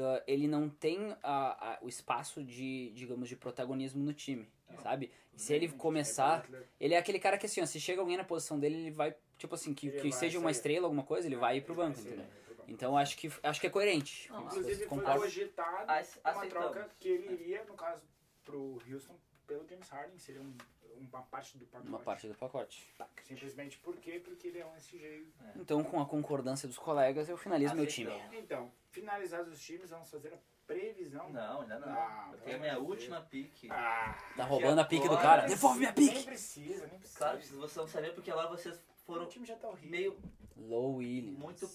Speaker 4: ah, ele não tem a, a- o espaço de, digamos, de protagonismo no time, sabe? E se ele
Speaker 3: Exatamente.
Speaker 4: começar.
Speaker 3: É Butler.
Speaker 4: Ele é aquele cara que assim, ó, se chega alguém na posição dele, ele vai, tipo assim, que,
Speaker 3: Ele
Speaker 4: que
Speaker 3: vai
Speaker 4: seja uma
Speaker 3: sair. É,
Speaker 4: estrela, alguma coisa, ele vai ir pro
Speaker 3: Ele vai
Speaker 4: banco,
Speaker 3: ser,
Speaker 4: entendeu?
Speaker 3: né, pro banco.
Speaker 4: Então acho que acho que é coerente.
Speaker 2: Não,
Speaker 4: Vocês
Speaker 3: Inclusive, foi
Speaker 4: concordam? É.
Speaker 3: cogitado
Speaker 2: Ace-
Speaker 3: uma
Speaker 2: aceitamos.
Speaker 3: troca que ele iria, no caso, pro Houston pelo James Harden, seria um- uma parte do pacote.
Speaker 4: uma parte do pacote.
Speaker 3: Simplesmente por quê? Porque ele é um SG.
Speaker 4: Então, com a concordância dos colegas, eu finalizo meu time.
Speaker 2: Aceitamos.
Speaker 3: Então, finalizados os times, vamos fazer a previsão.
Speaker 2: Não, ainda não.
Speaker 3: Não,
Speaker 2: eu tenho a
Speaker 3: Ah, pelo
Speaker 2: minha
Speaker 3: amor de
Speaker 2: última pique.
Speaker 3: Ah,
Speaker 4: Tá roubando a pique do cara.
Speaker 2: Agora-
Speaker 4: Devolve minha
Speaker 3: Nem
Speaker 4: pique!
Speaker 3: precisa, nem precisa.
Speaker 2: Claro, vocês vão saber porque agora vocês
Speaker 3: o
Speaker 2: foram
Speaker 3: time já tá horrível.
Speaker 2: meio
Speaker 4: Low Williams.
Speaker 2: muito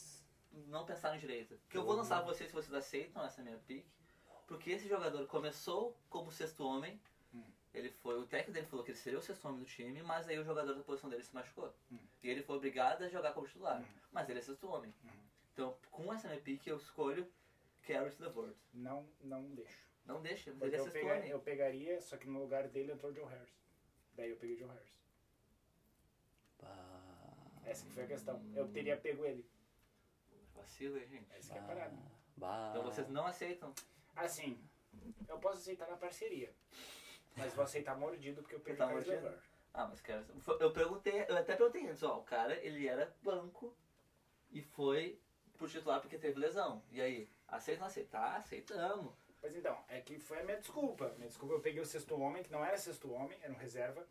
Speaker 2: não pensaram direito. Porque
Speaker 3: Uhum.
Speaker 2: eu vou lançar pra vocês se vocês aceitam essa minha pick. Porque esse jogador começou como sexto homem.
Speaker 3: Hum.
Speaker 2: Ele foi, o técnico dele falou que ele seria o sexto homem do time, mas aí o jogador da posição dele se machucou.
Speaker 3: Hum.
Speaker 2: E ele foi obrigado a jogar como titular. Mas ele é sexto homem.
Speaker 3: Hum.
Speaker 2: Então, com essa minha pick, eu escolho Carrot the Board.
Speaker 3: Não, não deixo.
Speaker 2: Não deixa, mas ele
Speaker 3: Porque
Speaker 2: é
Speaker 3: eu,
Speaker 2: sexto
Speaker 3: Então pega-
Speaker 2: homem.
Speaker 3: eu pegaria, só que no lugar dele entrou o Joe Harris. Daí eu peguei o Joe Harris.
Speaker 2: Ah.
Speaker 4: Bah,
Speaker 3: Essa que foi a questão. Eu teria pego ele.
Speaker 2: Vacila, hein, gente.
Speaker 3: Essa que é a parada.
Speaker 4: bah.
Speaker 3: Ah.
Speaker 2: Então vocês não aceitam.
Speaker 3: Assim, eu posso aceitar na parceria. Mas vou aceitar mordido porque eu perdi
Speaker 2: Tá
Speaker 3: o Carlos
Speaker 2: mordido?
Speaker 3: Lever.
Speaker 2: Ah, mas cara, eu perguntei, eu até perguntei antes, ó, o cara, ele era banco e foi pro titular porque teve lesão. E aí, aceita ou não aceita? Ah, aceitamos.
Speaker 3: Mas então, é que foi a minha desculpa. Minha desculpa, eu peguei o sexto homem, que não era sexto homem, era um reserva.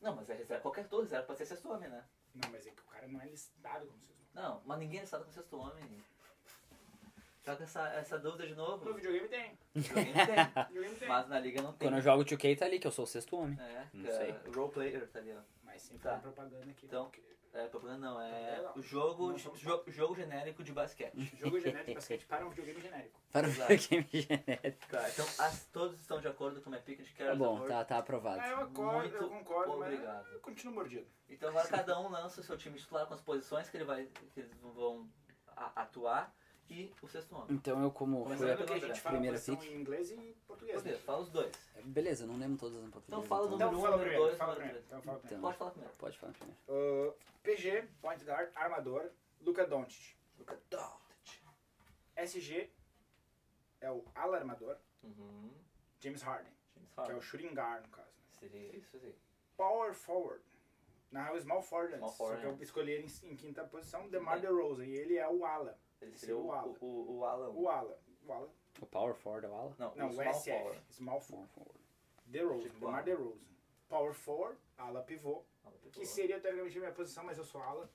Speaker 2: Não, mas é reserva, qualquer torre reserva pode ser sexto homem, né?
Speaker 3: Não, mas é que o cara não é listado como sexto homem.
Speaker 2: Não, mas ninguém é sabe com sexto homem. Tá com essa, essa dúvida de novo?
Speaker 3: No videogame tem.
Speaker 2: Ninguém tem.
Speaker 3: videogame tem. Mas,
Speaker 2: Mas na liga não tem.
Speaker 4: Quando eu jogo 2K, tá ali, que eu sou o sexto homem.
Speaker 2: É,
Speaker 4: Não
Speaker 2: cara,
Speaker 4: sei.
Speaker 2: role player, tá ali, ó.
Speaker 3: sempre
Speaker 2: Tá.
Speaker 3: tem propaganda aqui. né?
Speaker 2: Então,
Speaker 3: Porque
Speaker 2: É, propaganda não,
Speaker 3: Propaganda
Speaker 2: é
Speaker 3: não.
Speaker 2: o jogo,
Speaker 3: Não somos
Speaker 2: jo- jogo genérico de basquete.
Speaker 3: Jogo genérico de basquete para um videogame genérico.
Speaker 4: Para o
Speaker 2: Exato.
Speaker 4: game genérico.
Speaker 2: Tá, então as- todos estão de acordo com a minha pica de
Speaker 4: Tá
Speaker 2: Carol
Speaker 4: bom, tá, tá aprovado.
Speaker 3: Ah, eu acordo, eu
Speaker 2: Muito
Speaker 3: concordo,
Speaker 2: obrigado.
Speaker 3: mas eu continuo mordido.
Speaker 2: Então agora cada um lança o seu time titular com as posições que, ele vai, que eles vão a- atuar e o sexto homem.
Speaker 4: Então eu como
Speaker 2: Mas
Speaker 4: fui
Speaker 2: eu
Speaker 4: a
Speaker 2: pelo
Speaker 3: Lembrando que é a
Speaker 2: André.
Speaker 3: gente fala a
Speaker 4: Primeira
Speaker 3: posição
Speaker 4: pick.
Speaker 3: em inglês e em português.
Speaker 2: Poder, fala os dois.
Speaker 4: Beleza, eu não lembro todas as portuguesas.
Speaker 2: Então fala o
Speaker 4: então.
Speaker 2: número Número um,
Speaker 3: Então fala
Speaker 2: número
Speaker 3: primeiro,
Speaker 2: dois,
Speaker 3: fala
Speaker 2: número
Speaker 3: primeiro. Então fala primeiro.
Speaker 4: Então.
Speaker 2: Pode falar primeiro.
Speaker 4: Pode falar primeiro.
Speaker 3: Uh, PG, point guard, armador, Luca Doncic.
Speaker 2: Luka Doncic.
Speaker 3: SG é o ala armador,
Speaker 2: Uhum.
Speaker 3: James Harden,
Speaker 2: James
Speaker 3: que é
Speaker 2: Harden.
Speaker 3: o shooting guard, no caso. né?
Speaker 2: Seria isso aí.
Speaker 3: Power forward, na real, small forward,
Speaker 2: Small
Speaker 3: antes, só que eu
Speaker 2: forward. né?
Speaker 3: escolhi ele em, em quinta posição, DeMar DeRozan, e ele é o ala.
Speaker 2: Ele seria
Speaker 3: Seria
Speaker 2: o,
Speaker 3: é o ala.
Speaker 2: o, o, o Alan.
Speaker 3: O ala. O ala.
Speaker 4: O Power Forward, é o Ala?
Speaker 2: Não,
Speaker 3: Não,
Speaker 2: o
Speaker 3: o,
Speaker 2: Small
Speaker 3: SF,
Speaker 2: Power.
Speaker 3: small
Speaker 4: Power
Speaker 3: forward.
Speaker 4: Forward.
Speaker 3: DeRozan,
Speaker 2: Tipo ala.
Speaker 3: DeMar DeRozan. Power forward, ala pivô, que seria teoricamente a minha posição, mas eu sou ala.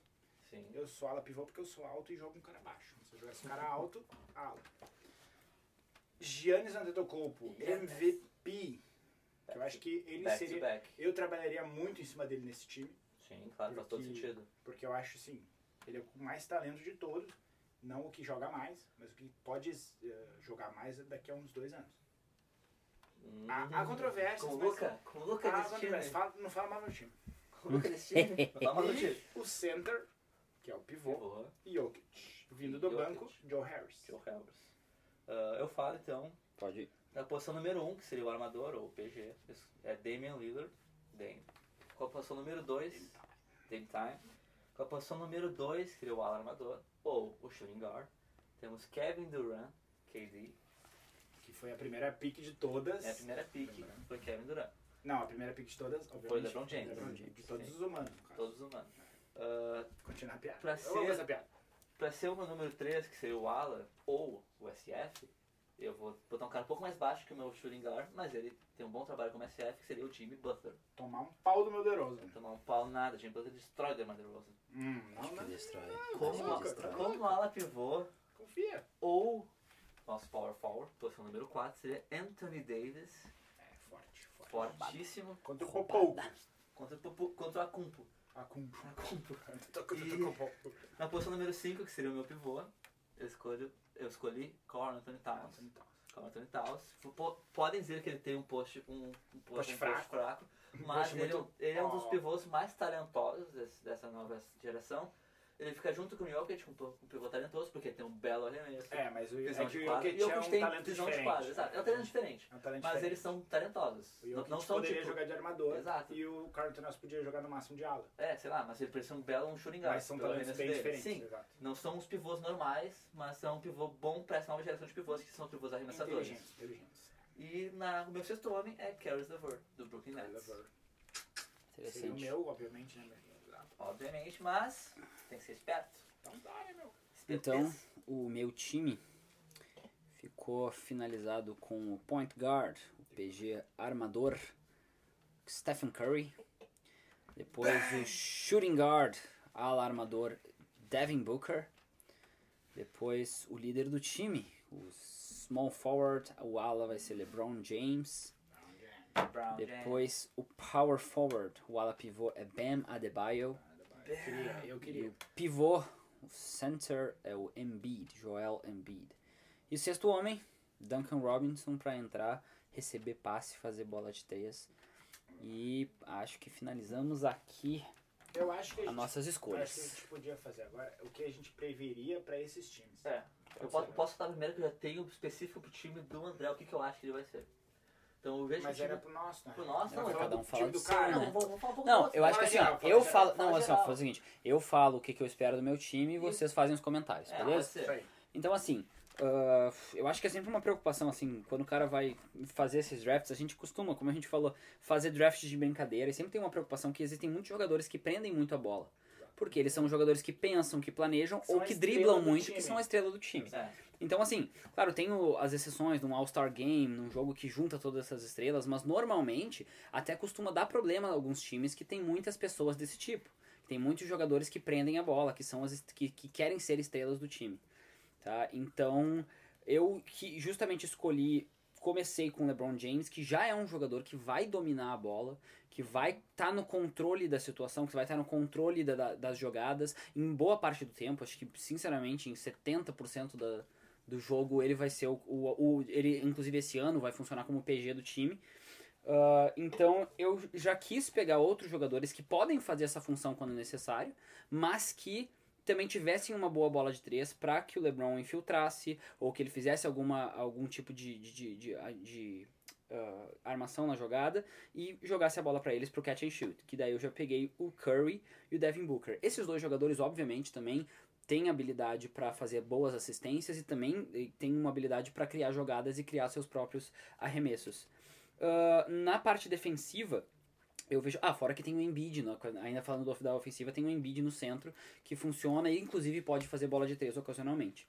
Speaker 2: Sim.
Speaker 3: Eu sou ala pivô porque eu sou alto e jogo um cara baixo. Se eu jogasse um cara alto, ala. Giannis Antetokounmpo, MVP. que Eu acho que ele
Speaker 2: Back to
Speaker 3: seria...
Speaker 2: back.
Speaker 3: Eu trabalharia muito em cima dele nesse time,
Speaker 2: Sim, claro, faz todo
Speaker 3: Porque-
Speaker 2: sentido.
Speaker 3: porque eu acho assim, ele é o mais talento de todos, não o que joga mais, mas o que pode eh, jogar mais daqui a uns dois anos. Há- há controvérsias,
Speaker 2: Uhum. Com o
Speaker 3: mas-
Speaker 2: Luca. Com o Luca
Speaker 3: Ah,
Speaker 2: desse
Speaker 3: mas
Speaker 2: time.
Speaker 3: fala- não fala mal no time.
Speaker 2: Com o Luca desse time. Vamos no time.
Speaker 3: O center, que é o pivô, e Jokic. Vindo do
Speaker 2: Jokic.
Speaker 3: banco, Joe Harris.
Speaker 2: Joe Harris. Ah, eu falo então
Speaker 4: Pode ir.
Speaker 2: da posição número 1, um, que seria o armador, ou o PG, é Damian Lillard. Dame. Com a posição número 2, Dame Time. Com a posição número 2, que seria o ala armador, ou o shooting guard, temos Kevin Durant, KD.
Speaker 3: Que foi a primeira pick de todas.
Speaker 2: É a primeira pick foi Kevin Durant.
Speaker 3: Não, a primeira pick de todas, obviamente.
Speaker 2: LeBron James.
Speaker 3: LeBron De todos os humanos, no caso.
Speaker 2: Todos humanos. Ah,
Speaker 3: Continuar a piada.
Speaker 2: Pra
Speaker 3: Eu amo
Speaker 2: ser-
Speaker 3: essa piada.
Speaker 2: Pra ser o meu número 3, que seria o Alan ou o SF, eu vou botar um cara um pouco mais baixo que o meu shooting guard, mas ele tem um bom trabalho como SF, que seria o Jimmy Butler.
Speaker 3: Tomar um pau do meu DeRozan.
Speaker 2: Tomar um pau nada, Jimmy Butler destrói o DeMar DeRozan.
Speaker 3: Hum, não,
Speaker 5: Acho que
Speaker 3: né?
Speaker 5: destrói.
Speaker 2: Como,
Speaker 5: Acho que
Speaker 3: destrói.
Speaker 5: destrói.
Speaker 2: como ala pivô
Speaker 3: Confia.
Speaker 2: ou nosso power forward, posição número 4, seria Anthony Davis,
Speaker 3: É, forte, forte.
Speaker 2: fortíssimo,
Speaker 3: Contra o Popou.
Speaker 2: contra, o Popo- contra a Kumpo.
Speaker 3: A Cumpo.
Speaker 2: A Kumpo.
Speaker 3: Tô com-
Speaker 2: E-
Speaker 3: tô com o Popou.
Speaker 2: Na posição número 5, que seria o meu pivô, eu escolho, eu escolhi Carl Anthony Towns.
Speaker 3: Então,
Speaker 2: Carl Anthony Towns. Po- Podem dizer que ele tem um post, um, um post,
Speaker 3: Post
Speaker 2: um
Speaker 3: fraco.
Speaker 2: post fraco, mas
Speaker 3: post
Speaker 2: ele, é um-
Speaker 3: muito-
Speaker 2: ele é um dos
Speaker 3: Oh.
Speaker 2: pivôs mais talentosos desse- dessa nova geração. Ele fica junto com o Jokic, um, po- um pivô talentoso, porque tem um belo arremesso.
Speaker 3: É, mas o,
Speaker 2: visão
Speaker 3: é que
Speaker 2: de
Speaker 3: o
Speaker 2: quadra.
Speaker 3: Jokic é
Speaker 2: Jokic
Speaker 3: um
Speaker 2: tem
Speaker 3: talento
Speaker 2: visão
Speaker 3: diferente.
Speaker 2: de quadra, exato. É um talento diferente.
Speaker 3: É um talento
Speaker 2: mas
Speaker 3: diferente.
Speaker 2: eles são talentosos.
Speaker 3: O
Speaker 2: Não,
Speaker 3: Jokic
Speaker 2: não são
Speaker 3: poderia
Speaker 2: tipo...
Speaker 3: jogar de armador
Speaker 2: Exato.
Speaker 3: e o Carl Anthony Towns podia jogar no máximo de ala.
Speaker 2: É, sei lá, mas ele precisa um belo um shooting guard.
Speaker 3: Mas são
Speaker 2: pelo
Speaker 3: talentos
Speaker 2: menos
Speaker 3: bem
Speaker 2: dele.
Speaker 3: diferentes.
Speaker 2: Sim,
Speaker 3: Exato.
Speaker 2: não são os pivôs normais, mas são um pivô bom para essa nova geração de pivôs, que são pivôs arremessadores.
Speaker 3: Inteligentes, inteligentes.
Speaker 2: E na, o meu sexto homem é Caris LeVert, do Brooklyn Nets.
Speaker 3: Seria o
Speaker 4: Interessante.
Speaker 3: meu, obviamente, né? meu?
Speaker 2: Obviamente, mas tem que ser esperto.
Speaker 3: Então dá, né, meu?
Speaker 4: Então, o meu time ficou finalizado com o point guard, o PG armador, Stephen Curry. Depois o shooting guard, ala armador, Devin Booker. Depois o líder do time, o small forward, o ala vai ser LeBron James.
Speaker 2: Brown
Speaker 4: Depois o power forward, o ala pivô é Bam Adebayo.
Speaker 3: Queria, É, eu
Speaker 4: E o
Speaker 3: queria.
Speaker 4: pivô, o center é o Embiid, Joel Embiid. E o sexto homem, Duncan Robinson, pra entrar, receber passe, fazer bola de teias. E acho que finalizamos aqui
Speaker 3: Eu acho que a
Speaker 4: as
Speaker 3: gente,
Speaker 4: nossas
Speaker 3: acho que a
Speaker 4: escolhas.
Speaker 3: gente podia fazer agora é o que a gente preveria pra esses times.
Speaker 2: É. Eu posso, posso falar primeiro que eu já tenho um específico pro time do André, o que, que eu acho que ele vai ser. Então eu vejo o
Speaker 3: Mas
Speaker 2: time
Speaker 3: era pro nosso, né?
Speaker 2: pro nosso,
Speaker 4: Era
Speaker 2: não, então.
Speaker 4: cada
Speaker 2: eu
Speaker 4: um
Speaker 3: do
Speaker 4: fala
Speaker 3: time
Speaker 4: do
Speaker 3: do
Speaker 4: seu,
Speaker 3: cara,
Speaker 4: né?
Speaker 2: Não, vamos, vamos falar um pouco do
Speaker 4: Não,
Speaker 2: outro.
Speaker 4: eu acho que
Speaker 3: Fala
Speaker 4: assim,
Speaker 3: geral,
Speaker 4: ó,
Speaker 3: fala
Speaker 4: eu
Speaker 3: geral,
Speaker 4: falo.
Speaker 2: fala
Speaker 4: Não, assim, ó,
Speaker 2: geral.
Speaker 4: faz o seguinte: eu falo o que, que eu espero do meu time e vocês fazem os comentários,
Speaker 2: É,
Speaker 4: assim, beleza?
Speaker 2: pode
Speaker 3: Isso
Speaker 2: ser.
Speaker 3: aí.
Speaker 4: Então, assim, ah, eu acho que é sempre uma preocupação, assim, quando o cara vai fazer esses drafts, a gente costuma, como a gente falou, fazer drafts de brincadeira, e sempre tem uma preocupação que existem muitos jogadores que prendem muito a bola. Porque eles são jogadores que pensam, que planejam,
Speaker 3: São
Speaker 4: ou
Speaker 3: a
Speaker 4: que
Speaker 3: estrela
Speaker 4: driblam
Speaker 3: do
Speaker 4: muito,
Speaker 3: time.
Speaker 4: que são a estrela do time.
Speaker 2: É.
Speaker 4: Então, assim, claro, tem o- as exceções de um All-Star Game, num jogo que junta todas essas estrelas, mas normalmente até costuma dar problema a alguns times que tem muitas pessoas desse tipo. Tem muitos jogadores que prendem a bola, que são as est- que, que querem ser estrelas do time. Tá? Então, eu que justamente escolhi, comecei com o LeBron James, que já é um jogador que vai dominar a bola, que vai estar no controle da situação, que vai estar no controle da- da- das jogadas, em boa parte do tempo, acho que sinceramente em 70% da, do jogo ele vai ser o, o, o- ele inclusive esse ano vai funcionar como PG do time Ah, então eu já quis pegar outros jogadores que podem fazer essa função quando necessário mas que também tivessem uma boa bola de três para que o LeBron infiltrasse ou que ele fizesse alguma algum tipo de, de, de, de- ah, de, ah, armação na jogada e jogasse a bola para eles pro catch and shoot que daí eu já peguei o Curry e o Devin Booker esses dois jogadores obviamente também tem habilidade para fazer boas assistências e também eh, tem uma habilidade para criar jogadas e criar seus próprios arremessos. Ah, na parte defensiva, eu vejo. Ah, fora que tem o Embiid, né? ainda falando do- da ofensiva, tem o Embiid no centro que funciona e inclusive pode fazer bola de três ocasionalmente.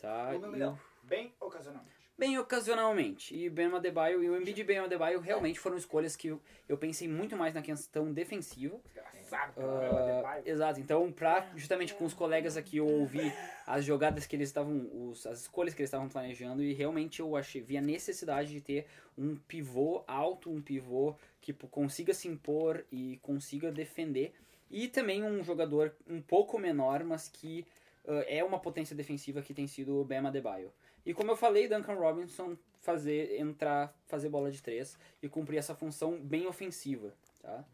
Speaker 4: Tá?
Speaker 2: Como é o melhor?
Speaker 3: Bem ocasionalmente.
Speaker 4: Bem ocasionalmente. E Bam Adebayo e o Embiid e Bam Adebayo realmente foram escolhas que eu- eu pensei muito mais na questão defensiva.
Speaker 3: Desgraçado.
Speaker 4: Ah,
Speaker 3: Uh,
Speaker 4: exato, então pra, justamente com os colegas aqui eu ouvi as jogadas que eles estavam, os- as escolhas que eles estavam planejando e realmente eu achei, vi a necessidade de ter um pivô alto, um pivô que pô, consiga se impor e consiga defender e também um jogador um pouco menor, mas que ah, é uma potência defensiva que tem sido o Bam Adebayo. E como eu falei, Duncan Robinson fazer entrar, fazer bola de três e cumprir essa função bem ofensiva, tá?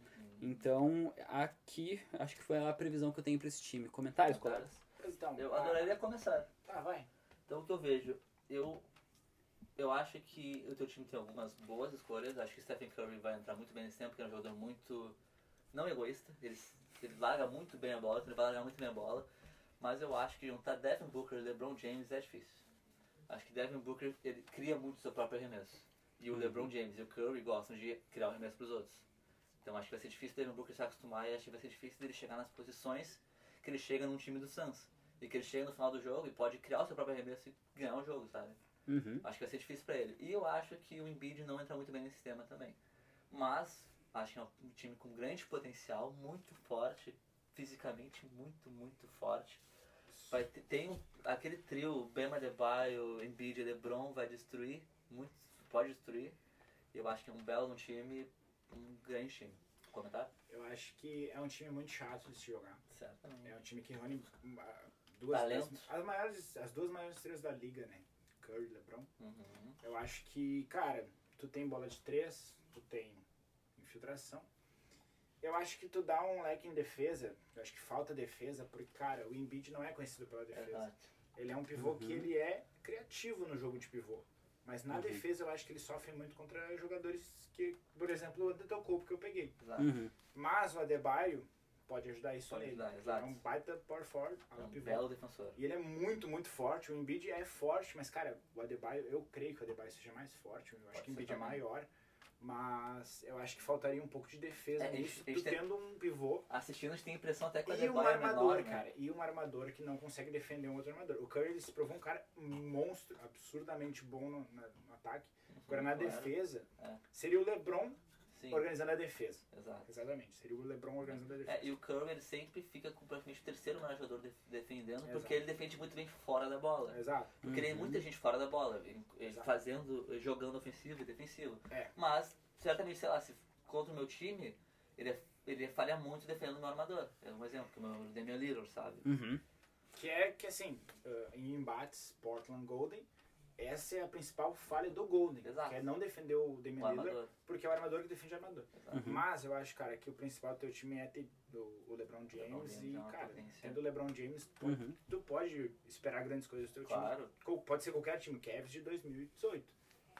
Speaker 4: Então, aqui, acho que foi a previsão que eu tenho pra esse time. Comentários, colegas?
Speaker 2: Caras,
Speaker 3: Então,
Speaker 2: É, Eu
Speaker 3: tá.
Speaker 2: adoraria começar.
Speaker 3: Tá, vai.
Speaker 2: Então o que eu vejo, eu eu acho que o teu time tem algumas boas escolhas. Acho que Stephen Curry vai entrar muito bem nesse tempo, porque é um jogador muito não egoísta. Ele, ele larga muito bem a bola, ele vai largar muito bem a bola. Mas eu acho que juntar Devin Booker e LeBron James é difícil. Acho que Devin Booker ele cria muito seu próprio arremesso. E o LeBron James e o Curry gostam de criar o arremesso para os outros. Então acho que vai ser difícil o Devin Booker se acostumar e acho que vai ser difícil dele chegar nas posições que ele chega num time do Suns. E que ele chega no final do jogo e pode criar o seu próprio arremesso e ganhar o jogo, sabe?
Speaker 4: Uhum.
Speaker 2: Acho que vai ser difícil pra ele. E eu acho que o Embiid não entra muito bem nesse tema também. Mas acho que é um time com grande potencial, muito forte, fisicamente muito, muito forte. Vai ter, tem um- aquele trio Bema Adebayo, Embiid e LeBron vai destruir, muito, pode destruir. E eu acho que é um belo um time, um grande time. Comentário?
Speaker 3: Eu acho que é um time muito chato de se jogar.
Speaker 2: Certo.
Speaker 3: É um time que reúne ah, duas
Speaker 2: Talento.
Speaker 3: das- as maiores, as duas maiores estrelas da liga, né? Curry, LeBron.
Speaker 2: Uhum.
Speaker 3: Eu acho que, cara, tu tem bola de três, tu tem infiltração. Eu acho que tu dá um leque em defesa. Eu acho que falta defesa, porque, cara, o Embiid não é conhecido pela defesa.
Speaker 2: Verdade.
Speaker 3: Ele é um pivô que ele é criativo no jogo de pivô. Mas na
Speaker 4: Uhum.
Speaker 3: defesa eu acho que ele sofre muito contra jogadores que, por exemplo, o Antetokounmpo que eu peguei.
Speaker 2: Exato.
Speaker 4: Uhum.
Speaker 3: Mas o Adebayo pode ajudar isso
Speaker 2: Pode
Speaker 3: nele.
Speaker 2: ajudar,
Speaker 3: Ele
Speaker 2: exato.
Speaker 3: É um baita power forward,
Speaker 2: É
Speaker 3: ala
Speaker 2: um
Speaker 3: pivô.
Speaker 2: belo defensor.
Speaker 3: E ele é muito, muito forte. O Embiid é forte, mas, cara, o Adebayo, eu creio que o Adebayo seja mais forte. Eu acho
Speaker 2: Pode
Speaker 3: que o Embiid
Speaker 2: ser
Speaker 3: é
Speaker 2: também.
Speaker 3: maior. Mas eu acho que faltaria um pouco de defesa
Speaker 2: É, a gente-
Speaker 3: nisso.
Speaker 2: a gente
Speaker 3: Tu
Speaker 2: tem-
Speaker 3: tendo um pivô
Speaker 2: Assistindo, a gente tem a impressão até que o
Speaker 3: e um
Speaker 2: Adebayo é
Speaker 3: armador,
Speaker 2: menor, né?
Speaker 3: cara. E um armador que não consegue defender um outro armador. O Curry ele se provou um cara monstro, absurdamente bom no, na- no ataque. Agora, na
Speaker 2: Uhum, claro.
Speaker 3: defesa,
Speaker 2: É.
Speaker 3: seria o LeBron
Speaker 2: Sim,
Speaker 3: organizando a defesa.
Speaker 2: exato.
Speaker 3: Exatamente, seria o LeBron organizando a defesa.
Speaker 2: É, e o Curry ele sempre fica com praticamente o terceiro melhor jogador def- defendendo, porque
Speaker 3: Exato.
Speaker 2: ele defende muito bem fora da bola.
Speaker 3: Exato.
Speaker 2: Porque tem muita gente fora da bola, em- em-
Speaker 3: Exato.
Speaker 2: fazendo, jogando ofensivo e defensivo.
Speaker 3: É.
Speaker 2: Mas, certamente, sei lá, se contra o meu time, ele, é- ele falha muito defendendo o meu armador. É um exemplo, que o meu Damian Lillard, sabe?
Speaker 4: Uhum.
Speaker 3: Que é que assim, eh, em embates Portland Golden, essa é a principal falha do Golden.
Speaker 2: Exato.
Speaker 3: Que é não defender o
Speaker 2: O
Speaker 3: Damian Lillard,
Speaker 2: armador.
Speaker 3: porque é o armador que defende o armador.
Speaker 2: Exato.
Speaker 4: Uhum.
Speaker 3: Mas eu acho, cara, que o principal do teu time é ter o o LeBron James.
Speaker 2: LeBron James
Speaker 3: e,
Speaker 2: é uma
Speaker 3: cara,
Speaker 2: potência.
Speaker 3: tendo o LeBron James, tu,
Speaker 4: Uhum.
Speaker 3: tu pode esperar grandes coisas do teu
Speaker 2: Claro.
Speaker 3: um time. Co- Pode ser qualquer time. Cavs de 2018.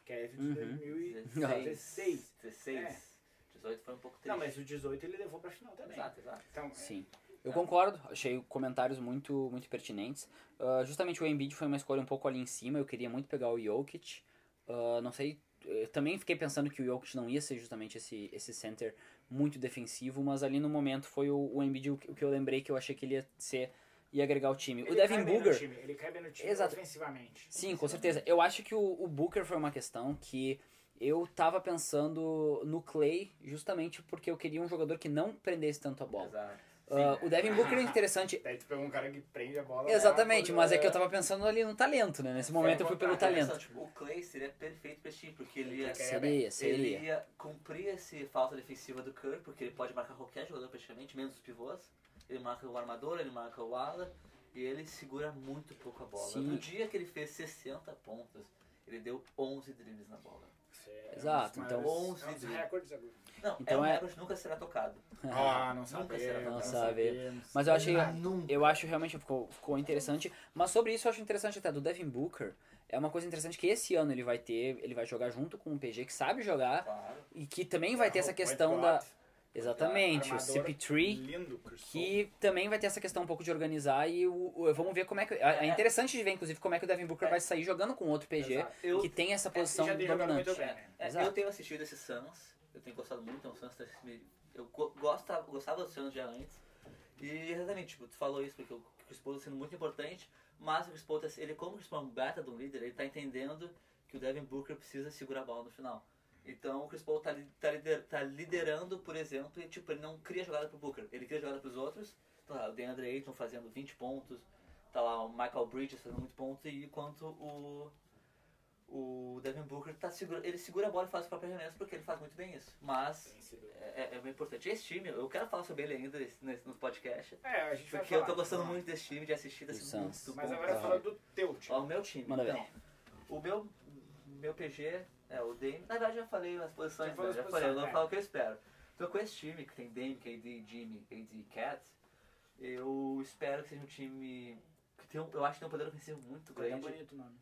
Speaker 3: Cavs de
Speaker 4: Uhum.
Speaker 3: 2016.
Speaker 2: 16. 18 foi um pouco triste.
Speaker 3: É. Não, mas o 18 ele levou pra final também.
Speaker 2: Exato, exato.
Speaker 3: Então, é-
Speaker 4: Sim. Eu
Speaker 2: É.
Speaker 4: concordo, achei comentários muito, muito pertinentes. Ah, justamente o Embiid foi uma escolha um pouco ali em cima, eu queria muito pegar o Jokic. Ah, não sei, eu também fiquei pensando que o Jokic não ia ser justamente esse, esse center muito defensivo, mas ali no momento foi o, o Embiid o, que- o que eu lembrei que eu achei que ele ia ser, ia agregar o time. o
Speaker 3: ele
Speaker 4: Devin
Speaker 3: cai bem no
Speaker 4: Booker,
Speaker 3: time, Ele cai bem no time
Speaker 4: Exato.
Speaker 3: ofensivamente.
Speaker 4: Sim, com certeza. Eu acho que o, o Booker foi uma questão que eu tava pensando no Clay justamente porque eu queria um jogador que não prendesse tanto a bola.
Speaker 2: Exato.
Speaker 4: Ah, o Devin Booker é interessante.
Speaker 3: Daí tu pegou um cara que prende a bola.
Speaker 4: Exatamente,
Speaker 3: né?
Speaker 4: mas é que eu tava pensando ali no talento, né? Nesse momento eu fui pelo talento.
Speaker 2: Interessante, tipo, O Clay seria perfeito pra esse time, porque ele ia
Speaker 4: Seria,
Speaker 2: Ele
Speaker 4: seria.
Speaker 2: ia cumprir essa falta defensiva do Curry, porque ele pode marcar qualquer jogador praticamente, menos os pivôs. Ele marca o armador, ele marca o ala, e ele segura muito pouco a bola.
Speaker 4: Sim.
Speaker 2: No dia que ele fez 60 pontos, ele deu 11 dribles na bola.
Speaker 3: Isso é um dos
Speaker 4: Exato, então-
Speaker 3: maiores- é um dos
Speaker 2: Onze.
Speaker 3: recordes agora.
Speaker 2: Não,
Speaker 4: Então
Speaker 2: é um
Speaker 4: é-
Speaker 2: recorde que nunca será tocado.
Speaker 3: Ah, não
Speaker 2: Nunca será
Speaker 3: sabemos.
Speaker 2: tocado.
Speaker 4: Não
Speaker 2: é.
Speaker 4: sabemos. Mas eu achei.
Speaker 2: Nunca.
Speaker 4: Eu acho realmente ficou, ficou interessante. Mas sobre isso eu acho interessante até do Devin Booker. É uma coisa interessante que esse ano ele vai ter. Ele vai jogar junto com o PG que sabe jogar.
Speaker 2: Claro.
Speaker 4: E que também
Speaker 3: É,
Speaker 4: vai ter essa questão da. Exatamente, o CP3.
Speaker 3: Lindo, Chris Paul.
Speaker 4: Que também vai ter essa questão um pouco de organizar e o, o- vamos ver como é que. É é interessante de ver, inclusive, como é que o Devin Booker
Speaker 2: É.
Speaker 4: vai sair jogando com outro PG
Speaker 3: Exato.
Speaker 2: Eu-
Speaker 4: que tem essa
Speaker 3: É, ele
Speaker 4: posição
Speaker 3: já tem jogado
Speaker 4: dominante.
Speaker 3: muito bem, né?
Speaker 2: É,
Speaker 4: Exato.
Speaker 2: eu tenho assistido esse Suns, eu tenho gostado muito, é um Suns que eu go- gosta, gostava do Suns já antes. E exatamente, tipo, tu falou isso, porque o Chris Paul tá sendo muito importante, mas o Chris Paul, tá- ele como o Chris Paul é um beta de um líder, ele tá entendendo que o Devin Booker precisa segurar a bola no final. Então o Chris Paul tá, li- tá, lider- tá liderando, por exemplo, e tipo, ele não cria jogada pro Booker, ele cria jogada pros outros. Tá lá, o DeAndre Ayton fazendo 20 pontos, tá lá o Michael Bridges fazendo muito ponto, e enquanto o o Devin Booker tá segura, ele segura a bola e faz o próprio arremesso porque ele faz muito bem isso. Mas
Speaker 3: Tem sido-
Speaker 2: é, é bem importante. Esse time, eu quero falar sobre ele ainda nesse, nesse, no podcast.
Speaker 3: É, a gente vai
Speaker 2: Porque eu tô
Speaker 3: falar.
Speaker 2: gostando muito desse time, de assistir, tá
Speaker 4: Do
Speaker 2: sendo muito
Speaker 4: Suns.
Speaker 2: bom.
Speaker 3: Mas agora
Speaker 4: Aham.
Speaker 3: fala do teu time.
Speaker 2: Ó, o meu time.
Speaker 4: Manda ver.
Speaker 2: então, o meu, meu PG é o Dame. Na verdade, já falei as posições,
Speaker 3: Já falou
Speaker 2: né? já
Speaker 3: as
Speaker 2: falei, eu
Speaker 3: posições,
Speaker 2: vou
Speaker 3: é.
Speaker 2: falar o que eu espero. Então com esse time que tem Dame, KD, Jimmy, AD e Cat, eu espero que seja um time que tem um, eu acho que tem um poder ofensivo muito
Speaker 3: Ficou até
Speaker 2: grande.
Speaker 3: bonito o nome.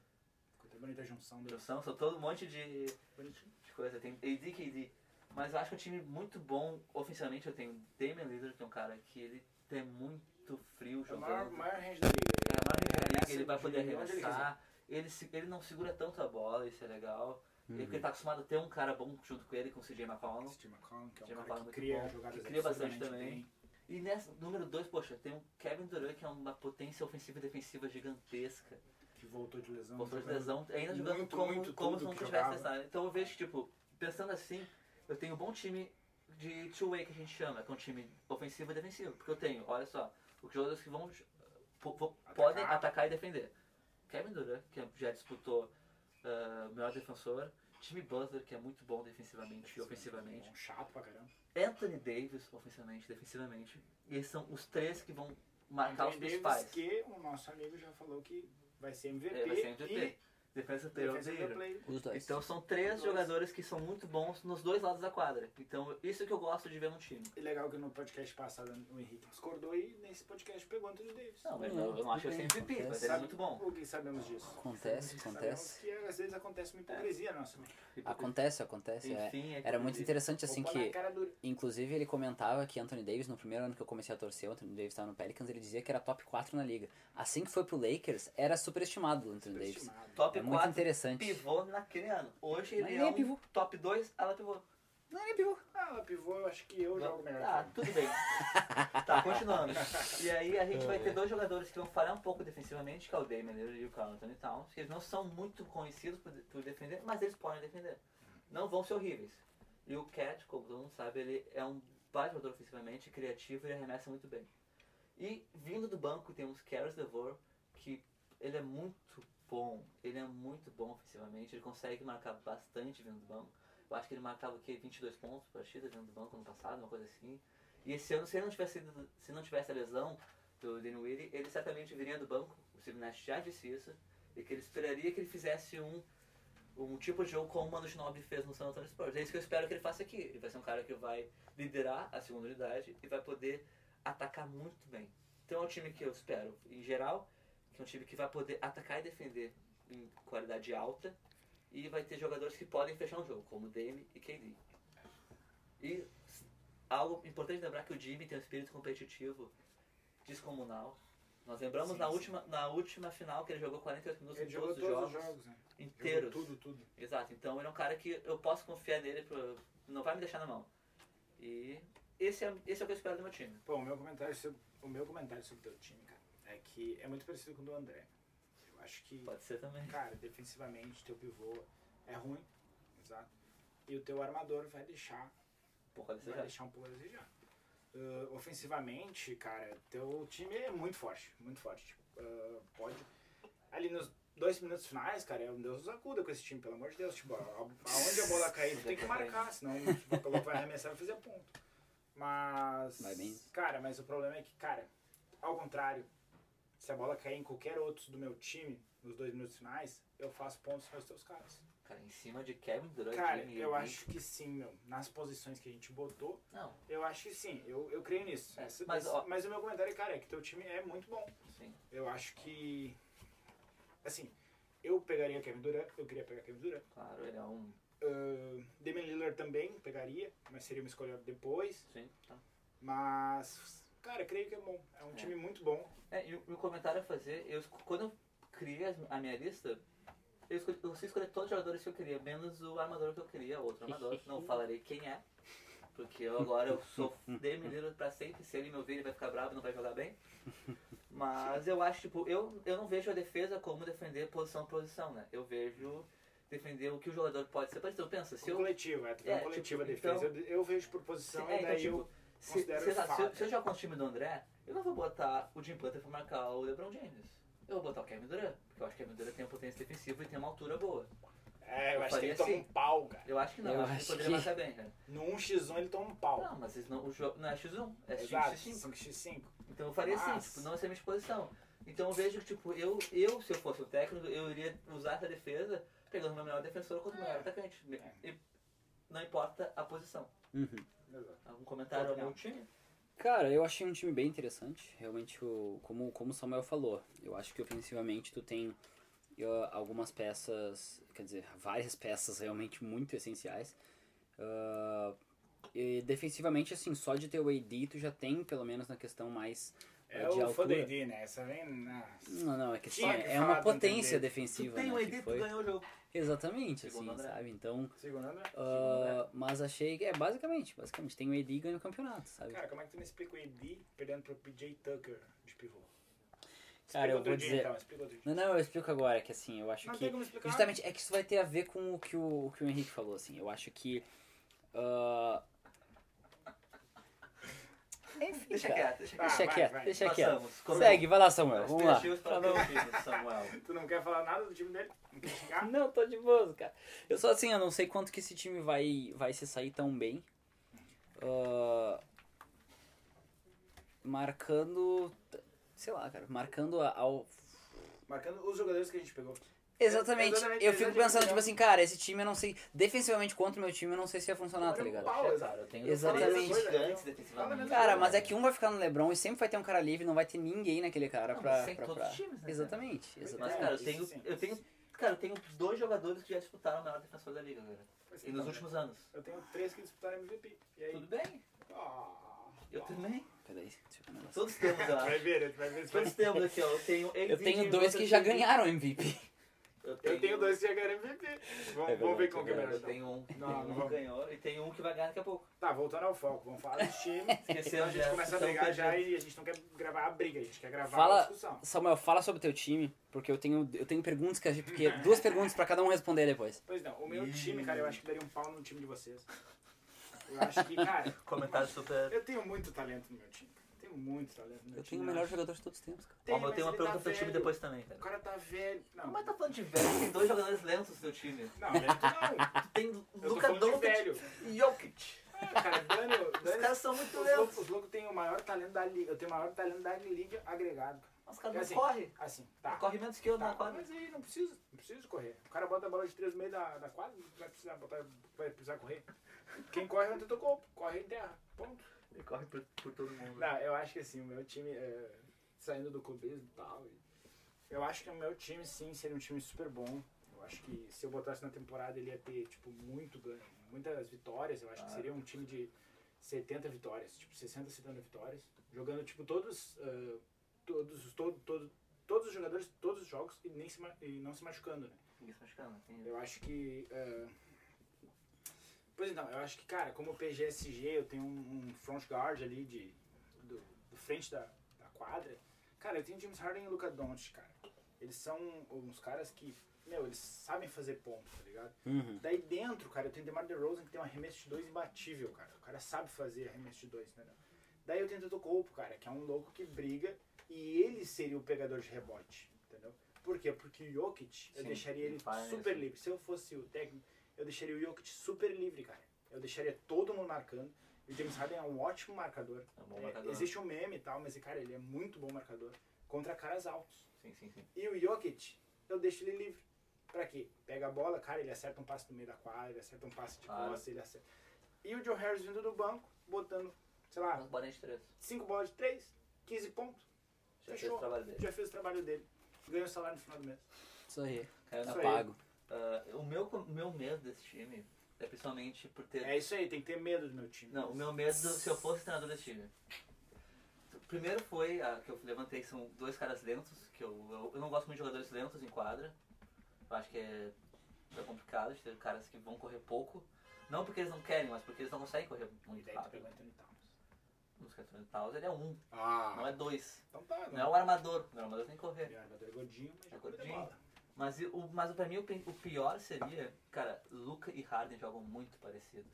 Speaker 3: Ficou até bonita a junção deles.
Speaker 2: São, são todo um monte de,
Speaker 3: Bonitinho.
Speaker 2: de coisa. Tem AD, e KD. Mas eu acho que é um time muito bom ofensivamente. Eu tenho Damian Lillard, que é um cara que ele é muito frio
Speaker 3: É o
Speaker 2: jogando.
Speaker 3: maior, maior range da liga.
Speaker 2: É, mas ele liga,
Speaker 3: Ele arremessa
Speaker 2: ele vai
Speaker 3: de
Speaker 2: poder
Speaker 3: onde ele
Speaker 2: arremessar. Ele, se- ele não segura tanto a bola, isso é legal. Ele, porque ele tá acostumado a ter um cara bom junto com ele, com o CJ McCollum.
Speaker 3: Esse Tim McCollum, que é um
Speaker 2: Tim
Speaker 3: cara
Speaker 2: McCollum
Speaker 3: que
Speaker 2: muito
Speaker 3: cria
Speaker 2: bom,
Speaker 3: jogadas
Speaker 2: que cria bastante
Speaker 3: absurdamente
Speaker 2: também. E nessa, número 2, poxa, tem um Kevin Durant que é uma potência ofensiva e defensiva gigantesca.
Speaker 3: bem, que voltou de lesão. né?
Speaker 2: Voltou de
Speaker 3: jogando-
Speaker 2: lesão, ainda jogando
Speaker 3: Muito,
Speaker 2: como,
Speaker 3: muito
Speaker 2: como
Speaker 3: tudo
Speaker 2: se não
Speaker 3: que
Speaker 2: tivesse
Speaker 3: jogava.
Speaker 2: testado. Então eu vejo que, tipo, pensando assim, eu tenho um bom time de two-way que a gente chama, que é um time ofensivo e defensivo. Porque eu tenho, olha só, os jogadores que vão, po- po- podem atacar e defender. Kevin Durant, que já disputou ah, o melhor defensor. Jimmy Butler, que é muito bom defensivamente e ofensivamente.
Speaker 3: Um chato pra caramba.
Speaker 2: Anthony Davis, ofensivamente e defensivamente. E eles são os três que vão marcar Então, os
Speaker 3: Anthony Davis,
Speaker 2: principais.
Speaker 3: que o nosso amigo já falou que vai ser MVP.
Speaker 2: É, vai ser
Speaker 3: E
Speaker 2: MVP. Defensa Player of the
Speaker 3: defensive
Speaker 2: Year.
Speaker 3: player.
Speaker 4: Os dois.
Speaker 2: Então são três
Speaker 3: Dois.
Speaker 2: jogadores que são muito bons nos dois lados da quadra. Então isso que eu gosto de ver no time.
Speaker 3: E legal que no podcast passado o Henrique discordou e nesse podcast pegou o Anthony Davis.
Speaker 2: Não,
Speaker 4: Hum,
Speaker 2: mas eu, eu não acho que ele é MVP, mas ele é
Speaker 3: Sabe
Speaker 2: muito bom.
Speaker 3: O que sabemos disso?
Speaker 4: Acontece,
Speaker 3: Sabemos
Speaker 4: acontece.
Speaker 3: que às vezes acontece uma hipocrisia nossa. né?
Speaker 4: Acontece, acontece. é.
Speaker 2: Tipo, Enfim, é
Speaker 4: Era muito
Speaker 2: que-
Speaker 4: interessante assim
Speaker 3: Vou pôr na
Speaker 4: que.
Speaker 3: cara dura.
Speaker 4: Inclusive, ele comentava que Anthony Davis, no primeiro ano que eu comecei a torcer, o Anthony Davis estava no Pelicans, ele dizia que era top 4 na liga. Assim que foi pro Lakers, era superestimado o Anthony Davis.
Speaker 3: Superestimado.
Speaker 2: Top
Speaker 4: É muito
Speaker 2: 4
Speaker 4: interessante.
Speaker 2: pivô naquele ano. Hoje
Speaker 4: Mas
Speaker 2: ele
Speaker 4: ele
Speaker 2: é
Speaker 4: é
Speaker 2: um
Speaker 4: pivô.
Speaker 2: top 2 ala pivô.
Speaker 4: Não, ele é pivô.
Speaker 3: Ah, ela pivô, eu acho que eu jogo melhor.
Speaker 2: Ah, tudo bem. tá, continuando. E aí a
Speaker 3: É.
Speaker 2: gente vai ter dois jogadores que vão falhar um pouco defensivamente, que é o Damian Lillard e o Carl Anthony Towns, que eles não são muito conhecidos por, por defender, mas eles podem defender. Não vão ser horríveis. E o Cat, como todo mundo sabe, ele é um baita jogador ofensivamente, criativo e arremessa muito bem. E vindo do banco temos Caris DeVore, que ele é muito bom, ele é muito bom ofensivamente, ele consegue marcar bastante vindo do banco. Eu acho que ele marcava o quê? 22 pontos por partida vindo do banco ano passado, uma coisa assim. E esse ano, se ele não tivesse, sido- se não tivesse a lesão do Dinwiddie, ele certamente viria do banco. O Steve Nash já disse isso. E que ele esperaria que ele fizesse um, um tipo de jogo como o Manu Ginobili fez no San Antonio Spurs. É isso que eu espero que ele faça aqui. Ele vai ser um cara que vai liderar a segunda unidade e vai poder atacar muito bem. Então é um time que eu espero, em geral, que é um time que vai poder atacar e defender em qualidade alta e vai ter jogadores que podem fechar um jogo, como Dame e KD. E s- algo importante lembrar que o Jimmy tem um espírito competitivo descomunal. Nós lembramos
Speaker 3: Sim,
Speaker 2: na
Speaker 3: sim.
Speaker 2: última na última final que ele jogou 48 minutos
Speaker 3: Ele
Speaker 2: em
Speaker 3: jogou
Speaker 2: todos
Speaker 3: todos os jogos, né? Jogou
Speaker 2: inteiros.
Speaker 3: tudo, tudo.
Speaker 2: Exato, então ele é um cara que eu posso confiar nele, pro- não vai me deixar na mão. E esse é, esse é o que eu espero do meu time.
Speaker 3: Pô, o meu comentário sobre o meu comentário sobre o teu time, cara, é que é muito parecido com o do André. Eu acho que,
Speaker 2: Pode ser também.
Speaker 3: cara, defensivamente teu pivô é ruim, exato. E o teu armador vai deixar
Speaker 2: Pô, pode ser
Speaker 3: vai
Speaker 2: já.
Speaker 3: deixar um pouco a desejar. Ah, ofensivamente, cara, teu time é muito forte, muito forte. Ah, pode. Ali nos dois minutos finais, cara, é um Deus nos acuda com esse time, pelo amor de Deus. Tipo, a- aonde a bola cair, tu tem
Speaker 4: tá
Speaker 3: que marcar, senão tipo, a bola vai arremessar e vai fazer ponto. Mas.
Speaker 4: Vai bem.
Speaker 3: Cara, mas o problema é que, cara, ao contrário, se a bola cair em qualquer outro do meu time, nos dois minutos finais, eu faço pontos para os teus caras.
Speaker 2: Cara, em cima de Kevin Durant,
Speaker 3: Cara,
Speaker 2: Jimmy,
Speaker 3: eu
Speaker 4: é
Speaker 2: Embiid.
Speaker 3: acho que sim, meu. Nas posições que a gente botou,
Speaker 2: Não,
Speaker 3: eu acho que sim, eu, eu creio nisso.
Speaker 2: É,
Speaker 3: Esse- esse-
Speaker 2: mas,
Speaker 3: mas,
Speaker 2: ó-
Speaker 3: o meu comentário, cara, é que teu time é muito bom.
Speaker 2: sim.
Speaker 3: Eu acho que. Assim, eu pegaria Kevin Durant, eu queria pegar Kevin Durant.
Speaker 2: Claro, ele é um.
Speaker 3: Uh, Damian Lillard também pegaria, mas seria uma escolha depois.
Speaker 2: Sim, tá.
Speaker 3: Mas, cara, creio que é bom. É um
Speaker 2: É.
Speaker 3: time muito bom.
Speaker 2: É, e o e o comentário a fazer, eu, esco- quando eu criei as- a minha lista, eu escolhi, eu consegui escolher todos os jogadores que eu queria, menos o armador que eu queria, outro armador. Não falarei quem é, porque eu agora eu sou Damian Lillard pra sempre. Se ele me ouvir, ele vai ficar bravo e não vai jogar bem. Mas eu acho, tipo, eu, eu não vejo a defesa como defender posição a posição, né? Eu vejo defender o que o jogador pode ser. Por exemplo, pensa, se
Speaker 3: Se
Speaker 2: eu
Speaker 3: coletivo, é, tu vê
Speaker 2: É,
Speaker 3: um coletivo
Speaker 2: tipo,
Speaker 3: a defesa. Eu, eu vejo por posição
Speaker 2: é,
Speaker 3: e
Speaker 2: então,
Speaker 3: daí
Speaker 2: tipo,
Speaker 3: eu.
Speaker 2: se,
Speaker 3: considero
Speaker 2: se- se-
Speaker 3: falha.
Speaker 2: se eu jogar com o time do André, eu não vou botar o Jim Butler pra marcar o LeBron James. Eu vou botar o Kevin Durant, porque eu acho que o Kevin Durant tem uma potência defensiva e tem uma altura boa.
Speaker 3: É, eu acho que
Speaker 2: faria
Speaker 3: ele toma
Speaker 2: assim.
Speaker 3: um pau, cara.
Speaker 2: Eu acho que não,
Speaker 4: Eu
Speaker 2: eu acho que ele
Speaker 4: acho
Speaker 2: poderia
Speaker 4: que-
Speaker 2: marcar bem, cara.
Speaker 3: No 1x1 ele toma um pau.
Speaker 2: Não, mas eles não, o jogo não é X1, é
Speaker 3: Exato,
Speaker 2: X5.
Speaker 3: 5x5.
Speaker 2: Então eu faria assim,
Speaker 3: Mas-
Speaker 2: tipo, não necessariamente posição. Então eu vejo que, tipo, eu, eu, se eu fosse o técnico, eu iria usar essa defesa
Speaker 3: É.
Speaker 4: Uhum.
Speaker 2: pegando o meu melhor defensor contra o meu melhor atacante. E não importa a posição.
Speaker 3: Exato.
Speaker 2: Algum comentário, algum time?
Speaker 4: Cara, eu achei um time bem interessante. Realmente, o, como, como o Samuel falou, eu acho que ofensivamente tu tem ah, algumas peças, quer dizer, várias peças realmente muito essenciais. Ah, e defensivamente, assim, só de ter o AD tu já tem, pelo menos na questão mais ah,
Speaker 3: É
Speaker 4: de
Speaker 3: o
Speaker 4: altura.
Speaker 3: fã do AD, né? Essa vem. Nossa.
Speaker 4: Não, não, é que só,
Speaker 3: Tinha que
Speaker 4: é
Speaker 3: falar
Speaker 4: uma
Speaker 3: do
Speaker 4: potência
Speaker 3: Antandê.
Speaker 2: Tu
Speaker 4: defensiva,
Speaker 2: tem
Speaker 4: né,
Speaker 2: um
Speaker 4: que
Speaker 2: ED, tu
Speaker 4: foi.
Speaker 2: ganhou o jogo.
Speaker 4: Exatamente,
Speaker 2: Segundo
Speaker 4: assim,
Speaker 2: André.
Speaker 4: sabe? Então,
Speaker 3: Segundo André?
Speaker 4: ah, mas achei que é basicamente, basicamente, tem o AD e ganha o campeonato, sabe?
Speaker 3: Cara, como é que tu me explica o AD perdendo pro PJ Tucker de pivô?
Speaker 4: Cara,
Speaker 3: Explica
Speaker 4: eu
Speaker 3: outro
Speaker 4: vou
Speaker 3: dia,
Speaker 4: dizer-
Speaker 3: Então, um explica outro dia.
Speaker 4: Não, não, eu explico agora, que assim, eu acho
Speaker 3: Não
Speaker 4: que.
Speaker 3: tem como explicar.
Speaker 4: Justamente, é que isso vai ter a ver com o que o, o que o Henrique falou, assim. Eu acho que. ah, Enfim,
Speaker 2: Deixa
Speaker 4: cara.
Speaker 2: quieto, deixa quieto.
Speaker 4: Deixa
Speaker 3: Ah, vai,
Speaker 4: quieto,
Speaker 3: vai.
Speaker 4: deixa quieto.
Speaker 2: Passamos. Como-
Speaker 4: Segue, vai lá, Samuel.
Speaker 2: Os
Speaker 4: Vamos lá.
Speaker 2: prestigios para
Speaker 4: Falou.
Speaker 2: o time do Samuel.
Speaker 3: Tu não quer falar nada do time dele? Não quer xingar?
Speaker 4: Não, tô de boa, cara. Eu só assim, eu não sei quanto que esse time vai, vai se sair tão bem. Ah, marcando. Sei lá, cara. Marcando a- ao
Speaker 3: Marcando os jogadores que a gente pegou.
Speaker 4: Exatamente.
Speaker 3: Exatamente,
Speaker 4: Eu fico
Speaker 3: exatamente.
Speaker 4: pensando, tipo assim, cara, esse time eu não sei. Defensivamente contra o meu time, eu não sei se ia funcionar, tá
Speaker 3: Olha o
Speaker 4: ligado?
Speaker 3: pau, exato.
Speaker 2: Cara, eu tenho
Speaker 4: Exatamente.
Speaker 2: dois gigantes defensivamente.
Speaker 4: Cara, mas é que um vai ficar no Lebron e sempre vai ter um cara livre, não vai ter ninguém naquele cara
Speaker 2: Não,
Speaker 4: pra.
Speaker 2: mas sem
Speaker 4: pra-
Speaker 2: todos
Speaker 4: pra-
Speaker 2: os times, né,
Speaker 4: Exatamente,
Speaker 2: Mas,
Speaker 4: exatamente.
Speaker 2: cara, eu
Speaker 3: Isso
Speaker 2: tenho,
Speaker 3: sim.
Speaker 2: eu tenho. Cara, eu tenho dois jogadores que já disputaram o melhor defensor da liga, cara. E nos últimos anos.
Speaker 3: Eu tenho três que disputaram MVP. E
Speaker 2: Tudo
Speaker 3: aí?
Speaker 2: bem?
Speaker 3: Ah.
Speaker 2: Eu também.
Speaker 4: Peraí, deixa eu ver um negócio.
Speaker 2: Todos temos, eu
Speaker 3: Vai
Speaker 2: acho.
Speaker 3: ver, vai ver.
Speaker 2: Todos temos aqui, ó. Eu tenho,
Speaker 4: Eu tenho dois que já ganharam MVP.
Speaker 3: Eu tenho dois que já ganharam MVP. Vamos,
Speaker 4: É
Speaker 3: vamos ver
Speaker 4: verdade,
Speaker 3: qual
Speaker 4: é
Speaker 3: que é melhor.
Speaker 2: Eu
Speaker 3: então.
Speaker 2: tenho um. que
Speaker 3: Não, não
Speaker 2: um
Speaker 3: vamos.
Speaker 2: ganhou e tem um que vai ganhar daqui a pouco.
Speaker 3: Tá, voltando ao foco. Vamos falar do time.
Speaker 2: Esqueceu
Speaker 3: a gente começa a brigar já e a gente não quer gravar a briga, a gente quer gravar
Speaker 4: Fala-
Speaker 3: a discussão.
Speaker 4: Samuel, fala sobre o teu time, porque eu tenho, eu tenho perguntas que a gente. Porque duas perguntas pra cada um responder depois.
Speaker 3: Pois não, o meu time, cara, eu acho que daria um pau no time de vocês. Eu acho que, cara,
Speaker 2: Comentário super.
Speaker 3: eu tenho muito talento no meu time. Tenho muito talento no meu
Speaker 4: Eu
Speaker 3: time.
Speaker 4: tenho o melhor jogador de todos os tempos, cara.
Speaker 2: Ó, mas eu tenho uma
Speaker 3: ele
Speaker 2: pergunta
Speaker 3: tá
Speaker 2: pro teu time
Speaker 3: velho.
Speaker 2: depois também,
Speaker 3: O
Speaker 2: cara.
Speaker 3: cara tá velho. Não,
Speaker 2: Como é que tá falando de velho? Tem dois jogadores lentos no seu time.
Speaker 3: não, tá, lento
Speaker 2: Tu tem
Speaker 3: não. Eu tô
Speaker 2: Luka
Speaker 3: falando de
Speaker 2: Doncic
Speaker 3: velho.
Speaker 2: e Jokic.
Speaker 3: Ah, cara, Dani,
Speaker 2: Os
Speaker 3: Dani,
Speaker 2: caras são muito
Speaker 3: os loucos,
Speaker 2: lentos.
Speaker 3: os loucos têm o maior talento da liga. Eu tenho o maior talento da liga agregado. cara.
Speaker 2: Os caras
Speaker 3: assim,
Speaker 2: não correm.
Speaker 3: Assim, tá.
Speaker 2: Corre menos que eu
Speaker 3: Tá,
Speaker 2: na quadra.
Speaker 3: Mas aí não precisa, não precisa correr. O cara bota a bola de três no meio da, da quadra, não vai precisar, botar, vai precisar correr. Quem corre é o teu corpo, corre em terra. Ponto.
Speaker 2: Ele corre por, por todo mundo.
Speaker 3: Não, eu acho que assim, o meu time, é, saindo do clubismo e tal, e- eu acho que o meu time sim seria um time super bom. Eu acho que se eu botasse na temporada ele ia ter, tipo, muito ganho, muitas vitórias. Eu acho que seria um time de 70 vitórias, tipo, 60, 70 vitórias. Jogando, tipo, todos, eh, todos, os- todo, todo, todos os jogadores, todos os jogos e, nem se, ma- e não se machucando, né?
Speaker 2: Ninguém se machucando, é, tem-
Speaker 3: Eu acho que. eh, Pois então, eu acho que, cara, como o PGSG, eu tenho um, um front guard ali de, do, do frente da, da quadra. Cara, eu tenho James Harden e Luca Doncic, cara. Eles são uns caras que, meu, eles sabem fazer ponto, tá ligado?
Speaker 4: Uhum.
Speaker 3: Daí dentro, cara, eu tenho DeMar DeRozan que tem um arremesso de dois imbatível, cara. O cara sabe fazer arremesso de dois, né? Daí eu tenho Tetocoupo, cara, que é um louco que briga e ele seria o pegador de rebote, entendeu? Por quê? Porque o Jokic, eu
Speaker 2: Sim,
Speaker 3: deixaria ele
Speaker 2: ele faz
Speaker 3: super
Speaker 2: isso.
Speaker 3: livre. Se eu fosse o técnico, eu deixaria o Jokic super livre, cara. Eu deixaria todo mundo marcando. E o James Harden é um ótimo marcador.
Speaker 2: É um bom
Speaker 3: É,
Speaker 2: marcador.
Speaker 3: existe um meme e tal, mas, cara, ele é muito bom marcador contra caras altos.
Speaker 2: Sim, sim, sim.
Speaker 3: E o Jokic, eu deixo ele livre. Pra quê? Pega a bola, cara, ele acerta um passe no meio da quadra, ele acerta um passe de
Speaker 2: Claro.
Speaker 3: costa, ele acerta. E o Joe Harris vindo do banco, botando, sei lá,
Speaker 2: Mas bora de três.
Speaker 3: 5 bolas de 3, 15 pontos,
Speaker 2: Já fez
Speaker 3: Fechou.
Speaker 2: o trabalho dele.
Speaker 3: já fez o trabalho dele. Ganha o salário no final do mês.
Speaker 4: Isso aí.
Speaker 2: Cara,
Speaker 4: Tá
Speaker 3: Isso aí.
Speaker 4: pago.
Speaker 2: ah, o meu, o meu medo desse time é principalmente por ter
Speaker 3: É isso aí, tem que ter medo do meu time.
Speaker 2: Não, o meu medo, se eu fosse treinador desse time. Primeiro foi a que eu levantei, que são dois caras lentos, que eu, eu, eu não gosto muito de jogadores lentos em quadra. Eu acho que é, é complicado de ter caras que vão correr pouco. Não porque eles não querem, mas porque eles não conseguem correr
Speaker 3: E
Speaker 2: muito
Speaker 3: daí tu
Speaker 2: rápido.
Speaker 3: pegou o Anthony Towns.
Speaker 2: Os Catherine Towns, ele é um, não
Speaker 3: Ah,
Speaker 2: é dois.
Speaker 3: então tá.
Speaker 2: Não é o armador, o armador tem que correr.
Speaker 3: Ele é um jogador gordinho, mas
Speaker 2: É
Speaker 3: já cuida da
Speaker 2: gordinho.
Speaker 3: bola.
Speaker 2: Mas, e o, mas pra mim o, pi- o pior seria, cara, Luca e Harden jogam muito parecidos.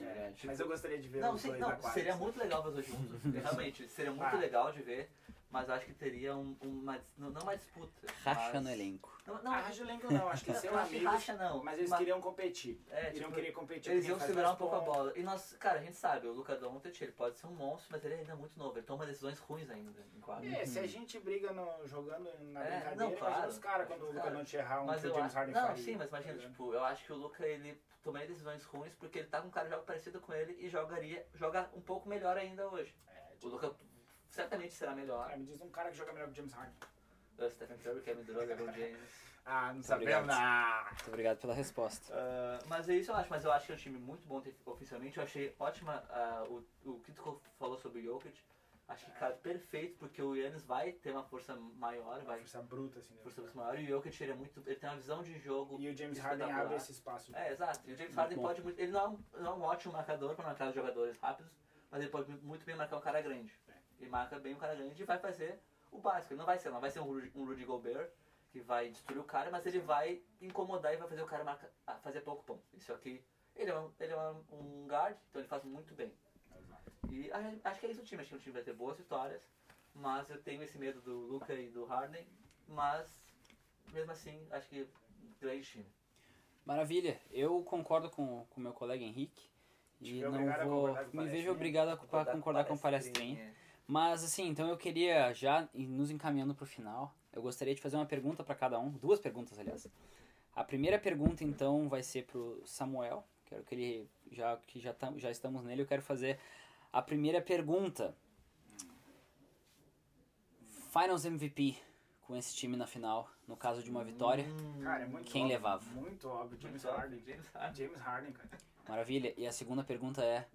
Speaker 4: É verdade.
Speaker 3: Mas eu gostaria de ver
Speaker 2: Não,
Speaker 3: os
Speaker 2: sim,
Speaker 3: dois
Speaker 2: não,
Speaker 3: na quadra.
Speaker 2: seria muito legal fazer juntos. Realmente, seria muito
Speaker 3: Ah.
Speaker 2: legal de ver. Mas acho que teria um, uma. Não não uma disputa.
Speaker 4: Racha
Speaker 2: mas-
Speaker 4: no elenco.
Speaker 2: Não, não,
Speaker 3: Não, Raja Lengo não, acho que eles são
Speaker 2: Eu acho que
Speaker 3: amigos.
Speaker 2: racha não,
Speaker 3: Mas eles
Speaker 2: mas-
Speaker 3: queriam competir.
Speaker 2: É,
Speaker 3: eles iam
Speaker 2: tipo,
Speaker 3: querer competir.
Speaker 2: Eles
Speaker 3: com
Speaker 2: iam
Speaker 3: quem faz
Speaker 2: segurar um
Speaker 3: mais
Speaker 2: pouco a
Speaker 3: pontos.
Speaker 2: bola. E nós, cara, a gente sabe, o Luca Doncic, ele pode ser um monstro, mas ele ainda é muito novo. Ele toma decisões ruins ainda em quadro.
Speaker 3: É, se a gente briga no- jogando na
Speaker 2: Uhum. É,
Speaker 3: brincadeira,
Speaker 2: não,
Speaker 3: imagina
Speaker 2: claro.
Speaker 3: os caras quando o Luca
Speaker 2: Claro.
Speaker 3: não te errar um
Speaker 2: mas
Speaker 3: que o
Speaker 2: eu
Speaker 3: James
Speaker 2: acho.
Speaker 3: Harden
Speaker 2: Não,
Speaker 3: faria.
Speaker 2: sim, mas imagina,
Speaker 3: Tá ligado?
Speaker 2: tipo, eu acho que o Luca ele tomaria decisões ruins porque ele tá com um cara que joga parecido com ele e jogaria, joga um pouco melhor ainda hoje.
Speaker 3: É, tipo,
Speaker 2: O Luca certamente será melhor.
Speaker 3: Ah, me diz um cara que joga melhor que o James Harden.
Speaker 2: O Ah, Stephen Curry, Kevin Durant, LeBron James.
Speaker 3: Ah, não
Speaker 4: obrigado.
Speaker 3: sabemos. Ah,
Speaker 4: Muito obrigado pela resposta.
Speaker 2: Ah, mas é isso eu acho, mas eu acho que é um time muito bom te- oficialmente. Eu achei ótima ah, o, o que tu falou sobre o Jokic. Acho que cara perfeito, porque o Yannis vai ter uma força maior, vai
Speaker 3: força bruta, assim. né?
Speaker 2: força maior, e o Jokic ele é muito. ele tem uma visão de jogo.
Speaker 3: E o James
Speaker 2: espetacular.
Speaker 3: Harden abre esse espaço.
Speaker 2: É, exato. E o James Harden
Speaker 4: bom.
Speaker 2: pode muito. Ele não é, um, não é um ótimo marcador para marcar os jogadores rápidos, mas ele pode muito bem marcar um cara grande. Ele marca bem um cara grande e vai fazer o básico. Ele não vai ser, não vai ser um, Rudy- um Rudy Gobert que vai destruir o cara, mas ele vai incomodar e vai fazer o cara marca, ah, fazer pouco ponto. Isso aqui. Ele é, um, ele é um- um guard, então ele faz muito bem. E a- acho que é isso o time. Acho que o time vai ter boas vitórias, mas eu tenho esse medo do Luca e do Harden. Mas, mesmo assim, acho que grande time.
Speaker 4: Maravilha, eu concordo com o meu colega Henrique. E
Speaker 3: Tipo, é
Speaker 4: não
Speaker 3: obrigado a
Speaker 4: vou.
Speaker 3: concordar com
Speaker 4: Me vejo
Speaker 3: palestrinha.
Speaker 4: obrigado a concordar, com o palestrinha. Mas assim, então eu queria já e nos encaminhando para o final, eu gostaria de fazer uma pergunta para cada um, duas perguntas aliás. A primeira pergunta então vai ser pro Samuel. Quero que ele já que já tam- já estamos nele, eu quero fazer a primeira pergunta. Finals MVP com esse time na final, no caso de uma vitória.
Speaker 2: Hum.
Speaker 3: Cara, é muito
Speaker 4: Quem
Speaker 3: óbvio,
Speaker 4: levava?
Speaker 3: Muito óbvio, James
Speaker 2: Muito
Speaker 3: Harden.
Speaker 2: óbvio, James Harden.
Speaker 3: James Harden, cara.
Speaker 4: Maravilha. E a segunda pergunta é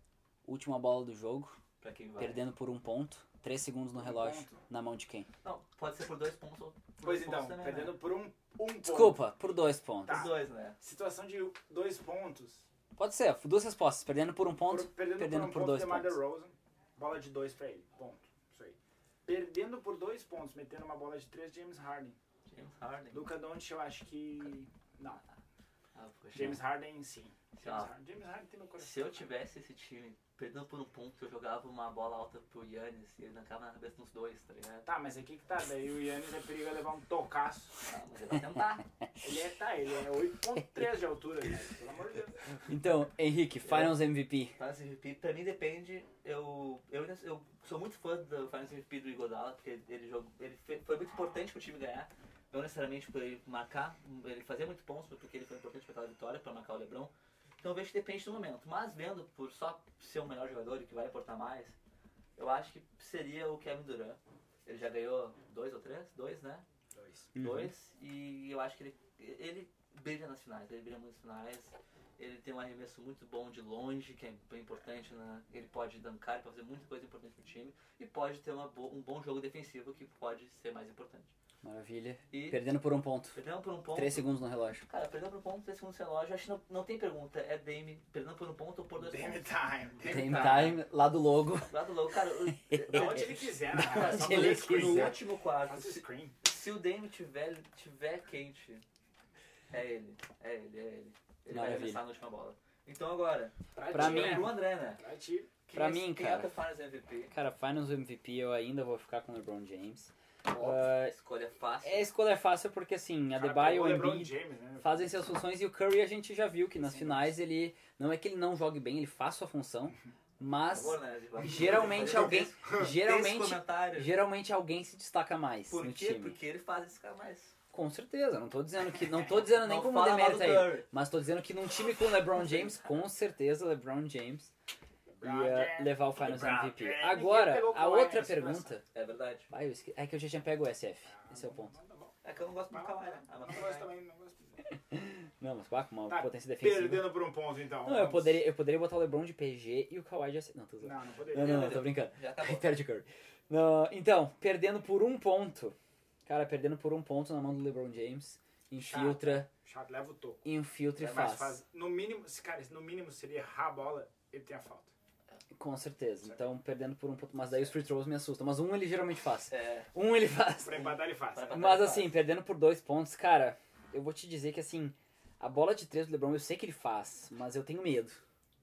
Speaker 4: última bola do jogo,
Speaker 2: Pra quem vai.
Speaker 4: perdendo por um ponto, três segundos no relógio,
Speaker 3: ponto.
Speaker 4: na mão de quem?
Speaker 2: Não, pode ser por dois pontos ou por
Speaker 3: Pois
Speaker 2: um
Speaker 3: então,
Speaker 2: ponto também,
Speaker 3: perdendo
Speaker 2: né?
Speaker 3: por um, um ponto.
Speaker 4: Desculpa, por dois pontos.
Speaker 3: Tá.
Speaker 2: Por dois, né?
Speaker 3: Situação de dois pontos.
Speaker 4: Pode ser, duas respostas. Perdendo por um ponto,
Speaker 3: Por- perdendo, por, um
Speaker 4: por,
Speaker 3: ponto,
Speaker 4: dois
Speaker 3: DeMar
Speaker 4: pontos.
Speaker 3: DeRozan, bola de dois pra ele. Ponto. Isso aí. Perdendo por dois pontos, metendo uma bola de três, James Harden.
Speaker 2: James Harden.
Speaker 3: Luca Doncic, eu acho que... Não.
Speaker 2: Ah, poxa.
Speaker 3: James Harden, sim. James,
Speaker 2: Ah.
Speaker 3: Harden. James Harden tem meu coração.
Speaker 2: Se eu tivesse esse time, perdendo por um ponto, eu jogava uma bola alta pro Yannis e ele nancava na cabeça dos dois, tá ligado?
Speaker 3: Tá, mas aqui que tá. Daí o Yannis é perigo a levar um tocaço.
Speaker 2: Ah, mas ele vai tentar.
Speaker 3: Ele é, tá, ele é 8.3 de altura, velho. Pelo amor de Deus.
Speaker 4: Então, Henrique, Finals MVP.
Speaker 2: Finance MVP, pra mim depende. Eu, eu, ainda- eu sou muito fã do Finance MVP do Igodala, porque ele, jogou, ele fe- foi muito importante pro time ganhar. Não necessariamente por ele marcar, ele fazer muito pontos, mas porque ele foi importante para aquela vitória, para marcar o Lebrão. Então eu vejo que depende do momento. Mas vendo por só ser o melhor jogador e que vai aportar mais, eu acho que seria o Kevin Durant. Ele já ganhou dois ou três? Dois, né?
Speaker 4: Uhum.
Speaker 2: dois e eu acho que ele, ele brilha nas finais, ele brilha muito nas finais. Ele tem um arremesso muito bom de longe, que é bem importante, né? Ele pode dancar, ele pode fazer muita coisa importante pro time e pode ter uma bo- um bom jogo defensivo que pode ser mais importante.
Speaker 4: Maravilha.
Speaker 2: E-
Speaker 4: Perdendo por um ponto.
Speaker 2: Perdendo por um ponto.
Speaker 4: Três segundos no relógio.
Speaker 2: Cara, perdendo por um ponto, três segundos de relógio, acho que não, não tem pergunta. É Dame, perdendo por um ponto ou por dois
Speaker 3: Dame
Speaker 2: pontos.
Speaker 3: time.
Speaker 4: Game time, lá do logo.
Speaker 2: Lá do logo, cara, o-
Speaker 3: Da onde ele quiser, né? cara? Só
Speaker 4: onde
Speaker 3: fazer
Speaker 4: ele
Speaker 3: screen,
Speaker 2: no
Speaker 4: quiser.
Speaker 3: né?
Speaker 2: último quarto,
Speaker 3: Faça
Speaker 2: se-
Speaker 3: screen.
Speaker 2: Se o Dame tiver, tiver quente, é ele. É ele, é ele. Ele vai
Speaker 4: Maravilha.
Speaker 2: arremessar na última bola. Então agora,
Speaker 4: Pra
Speaker 3: ti,
Speaker 4: mim.
Speaker 3: né?
Speaker 2: pro André, né?
Speaker 3: Pra ti.
Speaker 2: Quem
Speaker 4: Pra
Speaker 2: é-
Speaker 4: mim,
Speaker 2: quem
Speaker 4: cara.
Speaker 2: é o teu Finals MVP?
Speaker 4: Cara, Finals MVP eu ainda vou ficar com o LeBron James.
Speaker 2: Óbvio, escolha fácil.
Speaker 4: É, a escolha é fácil porque assim, a
Speaker 3: Cara,
Speaker 4: Debye
Speaker 3: pegou
Speaker 4: o
Speaker 3: o LeBron
Speaker 4: Embiid
Speaker 3: James, né?
Speaker 4: fazem suas funções e o Curry a gente já viu que nas finais ele... Não é que ele não jogue bem, ele faz sua função,
Speaker 2: Por
Speaker 4: mas...
Speaker 2: favor, né, Ziva?
Speaker 4: Geralmente
Speaker 2: Fazer
Speaker 4: alguém...
Speaker 2: esse- esse
Speaker 4: Geralmente...
Speaker 2: comentário.
Speaker 4: Geralmente alguém se destaca mais
Speaker 2: Por
Speaker 4: no
Speaker 2: quê?
Speaker 4: time.
Speaker 2: Porque ele faz esse cara mais.
Speaker 4: Com certeza, não tô dizendo que. Não tô dizendo nem
Speaker 2: Não
Speaker 4: como
Speaker 2: fala mal
Speaker 4: demérito
Speaker 2: do
Speaker 4: aí.
Speaker 2: Curry.
Speaker 4: Mas tô dizendo que num time com LeBron James, com certeza LeBron James
Speaker 3: LeBron
Speaker 4: ia
Speaker 3: James.
Speaker 4: uh, levar o Finals
Speaker 3: LeBron
Speaker 4: MVP.
Speaker 3: James. Ninguém
Speaker 4: Agora,
Speaker 3: pegou
Speaker 4: a
Speaker 3: com ele
Speaker 4: outra
Speaker 3: nessa
Speaker 4: pergunta.
Speaker 2: É verdade.
Speaker 4: Ai, eu esque- É que eu já tinha pego o SF. Esse é
Speaker 3: Ah,
Speaker 4: o ponto. É
Speaker 2: É que eu não gosto muito do Kawhi, né? Ah, mas
Speaker 3: Não gosto também, não gosto.
Speaker 4: Não, mas bah, com uma
Speaker 3: Tá
Speaker 4: potência defensiva.
Speaker 3: Perdendo por um ponto, então.
Speaker 4: né? Não, eu
Speaker 3: Vamos.
Speaker 4: poderia, eu poderia botar o LeBron de PG e o Kawhi de SF. Não, tô zoando.
Speaker 3: Não, Tá não poderia.
Speaker 4: Não, não, não,
Speaker 2: beleza.
Speaker 4: tô brincando.
Speaker 2: Já tá acabou.
Speaker 4: Perde o Curry. Não, então, perdendo por um ponto. Cara, perdendo por um ponto na mão do LeBron James. Infiltra,
Speaker 3: Chato, leva o toco.
Speaker 4: infiltra e
Speaker 3: É mais
Speaker 4: faz.
Speaker 3: fácil. No mínimo, se, cara, no mínimo, se ele errar a bola, ele tem a falta.
Speaker 4: Com certeza. Então, perdendo por um ponto. Mas daí os free throws me assustam. Mas um ele geralmente faz.
Speaker 2: É,
Speaker 4: Um ele faz.
Speaker 3: Pra empatar, ele faz.
Speaker 2: Pra empatar.
Speaker 4: Mas assim, perdendo por dois pontos, cara, eu vou te dizer que assim, a bola de três do LeBron eu sei que ele faz, mas eu tenho medo.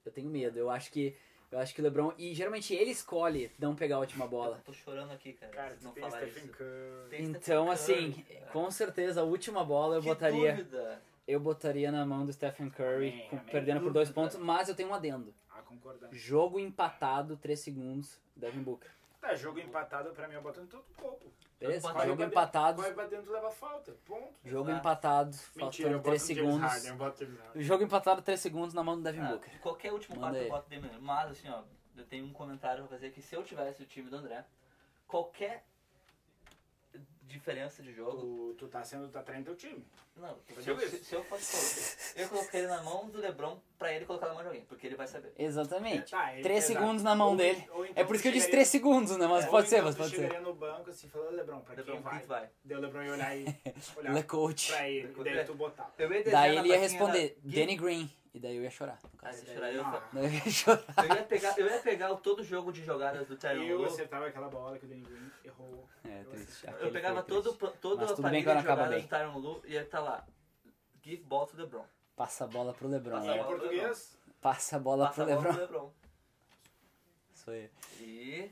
Speaker 4: Eu tenho medo. Eu acho que Eu acho que o LeBron. E geralmente ele escolhe não pegar a última bola.
Speaker 2: Eu tô chorando aqui, cara.
Speaker 3: Cara,
Speaker 2: se não
Speaker 3: tem
Speaker 2: falar
Speaker 3: Stephen
Speaker 2: isso.
Speaker 3: Curry.
Speaker 2: Tem
Speaker 4: Então,
Speaker 2: Stephen
Speaker 4: assim,
Speaker 2: Curry, cara.
Speaker 4: com certeza a última bola eu
Speaker 2: Que
Speaker 4: botaria.
Speaker 2: dúvida.
Speaker 4: Eu botaria na mão do Stephen Curry,
Speaker 3: Amém,
Speaker 4: com-
Speaker 3: amém.
Speaker 4: perdendo por dois
Speaker 2: Dúvida.
Speaker 4: pontos, mas eu tenho um adendo.
Speaker 3: Ah, concordar.
Speaker 4: Jogo empatado, 3 segundos, Devin Booker.
Speaker 3: Tá, jogo empatado pra mim, eu boto um em todo corpo.
Speaker 4: Beleza?
Speaker 2: empatado.
Speaker 4: Jogo
Speaker 3: Vai pra
Speaker 4: empatado,
Speaker 3: Vai pra dentro, leva falta. Ponto.
Speaker 4: jogo
Speaker 2: Exato.
Speaker 4: empatado,
Speaker 3: Tá. Mentira, eu
Speaker 4: faltando
Speaker 3: boto
Speaker 4: 3
Speaker 3: o James
Speaker 4: segundos.
Speaker 3: Harden, É. eu boto o James Harden.
Speaker 4: Jogo empatado, 3 segundos na mão do Devin
Speaker 2: Ah,
Speaker 4: Booker.
Speaker 2: qualquer último
Speaker 4: Manda
Speaker 2: quarto
Speaker 4: aí.
Speaker 2: eu boto Damian Lillard. Mas, assim, ó, eu tenho um comentário pra fazer que se eu tivesse o time do André, qualquer diferença de jogo.
Speaker 3: Tu, tu tá sendo, tá traindo teu time.
Speaker 2: Não, se
Speaker 3: Fazer
Speaker 2: eu,
Speaker 3: isso.
Speaker 2: se, se eu fosse colocar, eu colocaria na mão do Lebron pra ele colocar na mão de alguém, porque ele vai saber.
Speaker 4: Exatamente.
Speaker 3: É, tá, ele-
Speaker 4: 3
Speaker 3: exato.
Speaker 4: segundos na mão
Speaker 3: Ou-
Speaker 4: dele.
Speaker 3: ou então
Speaker 4: É por isso que eu disse
Speaker 3: chegaria-
Speaker 4: 3 segundos, né? Mas
Speaker 3: É,
Speaker 4: pode
Speaker 3: ou
Speaker 4: ser,
Speaker 3: então
Speaker 4: mas
Speaker 3: tu
Speaker 4: pode ser.
Speaker 3: chegaria no banco assim, falando, Lebron, pra
Speaker 2: Lebron,
Speaker 3: quem vai?
Speaker 2: quem vai?
Speaker 3: Deu o Lebron ia olhar e olhar
Speaker 4: Le é coach.
Speaker 3: pra ele, e daí tu botar.
Speaker 2: Eu ia desenhar
Speaker 4: Daí
Speaker 2: na
Speaker 4: ele ia
Speaker 2: plaquinha
Speaker 4: responder,
Speaker 2: da-
Speaker 4: Danny Green. E daí eu ia chorar. no
Speaker 2: Ah,
Speaker 4: caso.
Speaker 2: você choraria, eu ia falar.
Speaker 4: Daí eu ia chorar.
Speaker 2: Eu ia pegar, eu ia pegar o- todo o jogo de jogadas do Tyron
Speaker 3: Eu
Speaker 2: Lue.
Speaker 3: acertava aquela bola que o Danny Green errou.
Speaker 4: É,
Speaker 3: Eu
Speaker 4: triste.
Speaker 2: Eu
Speaker 3: acertava.
Speaker 4: Aquele
Speaker 2: pegava
Speaker 4: foi
Speaker 2: todo,
Speaker 4: triste.
Speaker 2: o- toda
Speaker 4: Mas
Speaker 2: a
Speaker 4: tudo
Speaker 2: planilha
Speaker 4: bem que ela
Speaker 2: de
Speaker 4: acaba
Speaker 2: jogadas
Speaker 4: bem.
Speaker 2: do Tyron Lue e ia estar lá. Give ball to LeBron.
Speaker 4: Passa a bola pro LeBron.
Speaker 2: Passa a
Speaker 3: Em
Speaker 4: né?
Speaker 2: bola.
Speaker 3: português.
Speaker 4: Passa a bola
Speaker 2: Passa
Speaker 4: pro
Speaker 2: a bola pro
Speaker 4: LeBron.
Speaker 2: LeBron.
Speaker 4: Isso
Speaker 3: É
Speaker 4: aí.
Speaker 2: E...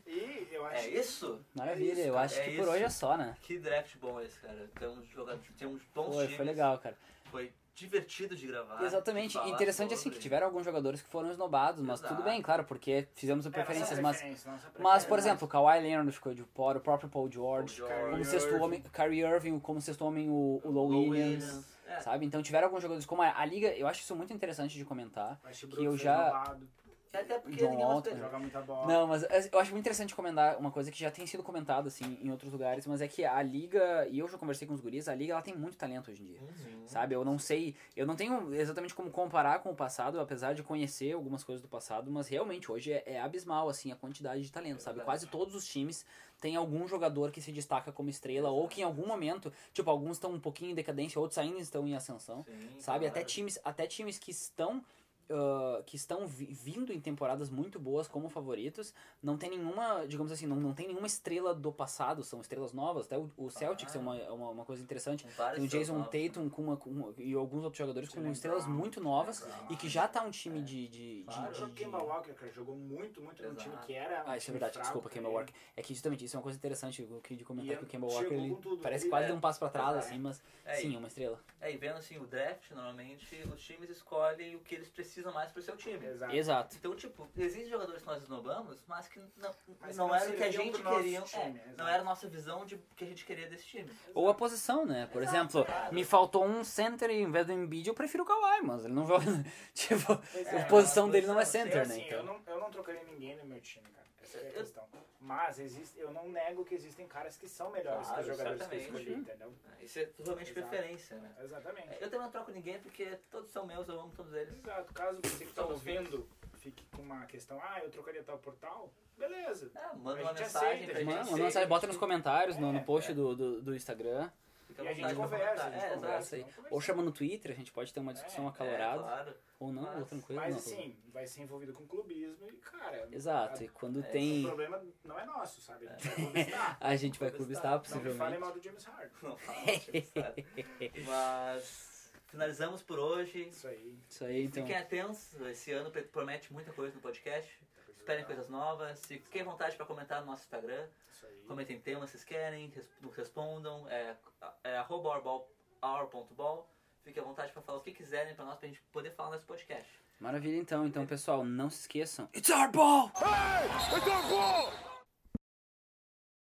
Speaker 3: E eu acho
Speaker 2: É isso?
Speaker 4: Maravilha, eu
Speaker 3: cara,
Speaker 4: acho
Speaker 2: é
Speaker 4: que por
Speaker 2: isso.
Speaker 4: hoje é só, né?
Speaker 2: Que draft bom esse, cara. Tem uns, jogadores, tem uns bons
Speaker 4: Foi,
Speaker 2: times.
Speaker 4: foi legal, cara.
Speaker 2: Foi divertido de gravar. de
Speaker 4: Exatamente.
Speaker 2: falar
Speaker 4: Interessante assim que
Speaker 2: sobre.
Speaker 4: tiveram alguns jogadores que foram esnobados, mas
Speaker 2: Exato.
Speaker 4: tudo bem, claro, porque fizemos
Speaker 3: É, nossa
Speaker 4: preferências, mas.
Speaker 3: preferência, nossa
Speaker 4: Mas,
Speaker 3: preferência.
Speaker 4: por exemplo, o Kawhi Leonard ficou de fora, o próprio Paul George,
Speaker 2: Paul
Speaker 3: George.
Speaker 4: como
Speaker 3: Kyrie
Speaker 4: sexto
Speaker 3: Irving.
Speaker 4: homem, Kyrie Irving, como sexto homem, o, o Low
Speaker 2: Lou
Speaker 4: Williams,
Speaker 2: É.
Speaker 4: sabe? Então tiveram alguns jogadores como a, a Liga, eu acho isso muito interessante de comentar.
Speaker 3: Westbrook
Speaker 4: que eu
Speaker 3: foi
Speaker 4: já-
Speaker 3: roubado,
Speaker 2: Até porque
Speaker 4: John né?
Speaker 2: ninguém mais
Speaker 4: Walton.
Speaker 2: perdeu.
Speaker 3: Joga muita bola.
Speaker 4: Não, mas é, eu acho muito interessante comentar uma coisa que já tem sido comentada, assim, em outros lugares, mas é que a Liga, e eu já conversei com os guris, a Liga, ela tem muito talento hoje em dia. Sabe, eu não sei, eu não tenho exatamente como comparar com o passado, apesar de conhecer algumas coisas do passado, mas realmente hoje é, é abismal, assim, a quantidade de talento,
Speaker 2: É
Speaker 4: sabe?
Speaker 2: Verdade.
Speaker 4: Quase todos os times têm algum jogador que se destaca como estrela ou que em algum momento, tipo, alguns estão um pouquinho em decadência, outros ainda estão em ascensão,
Speaker 2: Sim,
Speaker 4: sabe?
Speaker 2: claro.
Speaker 4: Até times, até times que estão ah, que estão vi- vindo em temporadas muito boas como favoritos, não tem nenhuma, digamos assim, não, não tem nenhuma estrela do passado, são estrelas novas, até o, o Celtics
Speaker 2: Ah.
Speaker 4: é uma, é uma, uma coisa interessante,
Speaker 2: Com vários
Speaker 4: tem o um Jason
Speaker 2: novos, né?
Speaker 4: Tatum com uma- com- e alguns outros jogadores com
Speaker 3: Jalen
Speaker 4: estrelas
Speaker 3: Brown,
Speaker 4: muito novas
Speaker 3: Jalen Brown.
Speaker 4: e que já tá um time de. de, de-
Speaker 2: Claro.
Speaker 4: de-
Speaker 3: É O
Speaker 4: de-
Speaker 3: Kemba Walker, cara, jogou muito, muito no
Speaker 2: Exato.
Speaker 3: time que era. um
Speaker 4: Ah, isso é
Speaker 3: time
Speaker 4: verdade,
Speaker 3: fraco,
Speaker 4: desculpa, Kemba
Speaker 3: né?
Speaker 4: Walker. É que justamente isso é uma coisa interessante eu queria comentar
Speaker 3: E
Speaker 4: que o Kemba
Speaker 3: chegou
Speaker 4: Walker ele
Speaker 3: com tudo.
Speaker 4: parece
Speaker 3: Ele
Speaker 4: quase
Speaker 2: é-
Speaker 4: deu um passo pra trás,
Speaker 2: é.
Speaker 4: assim, mas
Speaker 2: É,
Speaker 4: sim,
Speaker 2: e-
Speaker 4: é uma estrela.
Speaker 2: É, e vendo assim, o draft, normalmente, os times escolhem o que eles precisam mais pro seu time.
Speaker 3: Exato.
Speaker 4: Exato.
Speaker 2: Então, tipo, existem jogadores que nós esnobamos, mas que não,
Speaker 3: Mas
Speaker 2: não,
Speaker 3: que não
Speaker 2: era o que a
Speaker 3: serviam
Speaker 2: gente
Speaker 3: pro nosso
Speaker 2: queria.
Speaker 3: time,
Speaker 2: é, não
Speaker 3: exato.
Speaker 2: era a nossa visão de que a gente queria desse time.
Speaker 4: Ou a posição, né? Por
Speaker 2: Exato,
Speaker 4: exemplo,
Speaker 2: claro.
Speaker 4: me faltou um center e em vez do Embiid eu prefiro o Kawhi, mas ele não vai. tipo,
Speaker 3: É,
Speaker 4: a posição
Speaker 2: a
Speaker 4: dele não é
Speaker 2: posição,
Speaker 4: center,
Speaker 3: assim,
Speaker 4: né?
Speaker 3: eu,
Speaker 4: Então.
Speaker 3: não, eu não trocaria ninguém no meu time, cara. Essa é a
Speaker 2: Eu-
Speaker 3: questão. Mas existe, eu não nego que existem caras que são melhores
Speaker 2: Claro,
Speaker 3: que os jogadores
Speaker 2: certamente.
Speaker 3: que eu escolhi, entendeu?
Speaker 2: Ah, Isso é totalmente
Speaker 3: Exato.
Speaker 2: preferência, né?
Speaker 4: É,
Speaker 3: Exatamente.
Speaker 2: Eu também não troco ninguém porque todos são meus, eu amo todos eles.
Speaker 3: Exato. Caso você que está
Speaker 2: Todos
Speaker 3: ouvindo fique com uma questão, ah, eu trocaria tal por tal, beleza.
Speaker 2: Ah, manda
Speaker 3: A
Speaker 2: uma
Speaker 3: gente
Speaker 2: mensagem
Speaker 3: aceita,
Speaker 2: pra gente.
Speaker 3: a gente
Speaker 4: Mano,
Speaker 3: aceita.
Speaker 2: aceita,
Speaker 4: não, sabe, bota nos comentários, no, no
Speaker 3: É,
Speaker 4: post
Speaker 2: é.
Speaker 4: do, do, do Instagram.
Speaker 2: fica à
Speaker 3: E a
Speaker 2: vontade
Speaker 3: gente
Speaker 2: pra
Speaker 3: conversa, a
Speaker 2: comentar.
Speaker 3: gente
Speaker 2: É,
Speaker 3: conversa.
Speaker 2: exato.
Speaker 4: Conversa aí.
Speaker 3: vamos conversar.
Speaker 4: Ou chama no Twitter, a gente pode ter uma discussão
Speaker 3: É,
Speaker 4: acalorada.
Speaker 2: É, claro.
Speaker 4: Ou não,
Speaker 2: Mas-
Speaker 4: ou tranquilo.
Speaker 3: Mas
Speaker 4: não,
Speaker 3: assim, vai ser envolvido com clubismo e, cara.
Speaker 4: Exato, e quando
Speaker 2: É,
Speaker 3: O
Speaker 4: tem.
Speaker 3: problema não é nosso, sabe? A gente vai conversar.
Speaker 4: A gente vai clubistar,
Speaker 3: Não me falem
Speaker 4: possivelmente.
Speaker 3: mal do James Harden.
Speaker 2: Não fala, sabe? Mas finalizamos por hoje.
Speaker 3: Isso aí.
Speaker 4: Isso aí, então.
Speaker 2: Fiquem atentos, esse ano pre- promete muita coisa no podcast. Esperem coisas novas. Se fiquem à vontade para comentar no nosso Instagram.
Speaker 3: Isso aí.
Speaker 2: Comentem temas se vocês querem, res- nos respondam. É, é arroba ourball- our.ball. Fiquem à vontade para falar o que quiserem para nós, pra gente poder falar nesse podcast.
Speaker 3: É.
Speaker 4: Maravilha, então. Então, pessoal, não se esqueçam. It's our ball!
Speaker 1: Hey, it's our ball.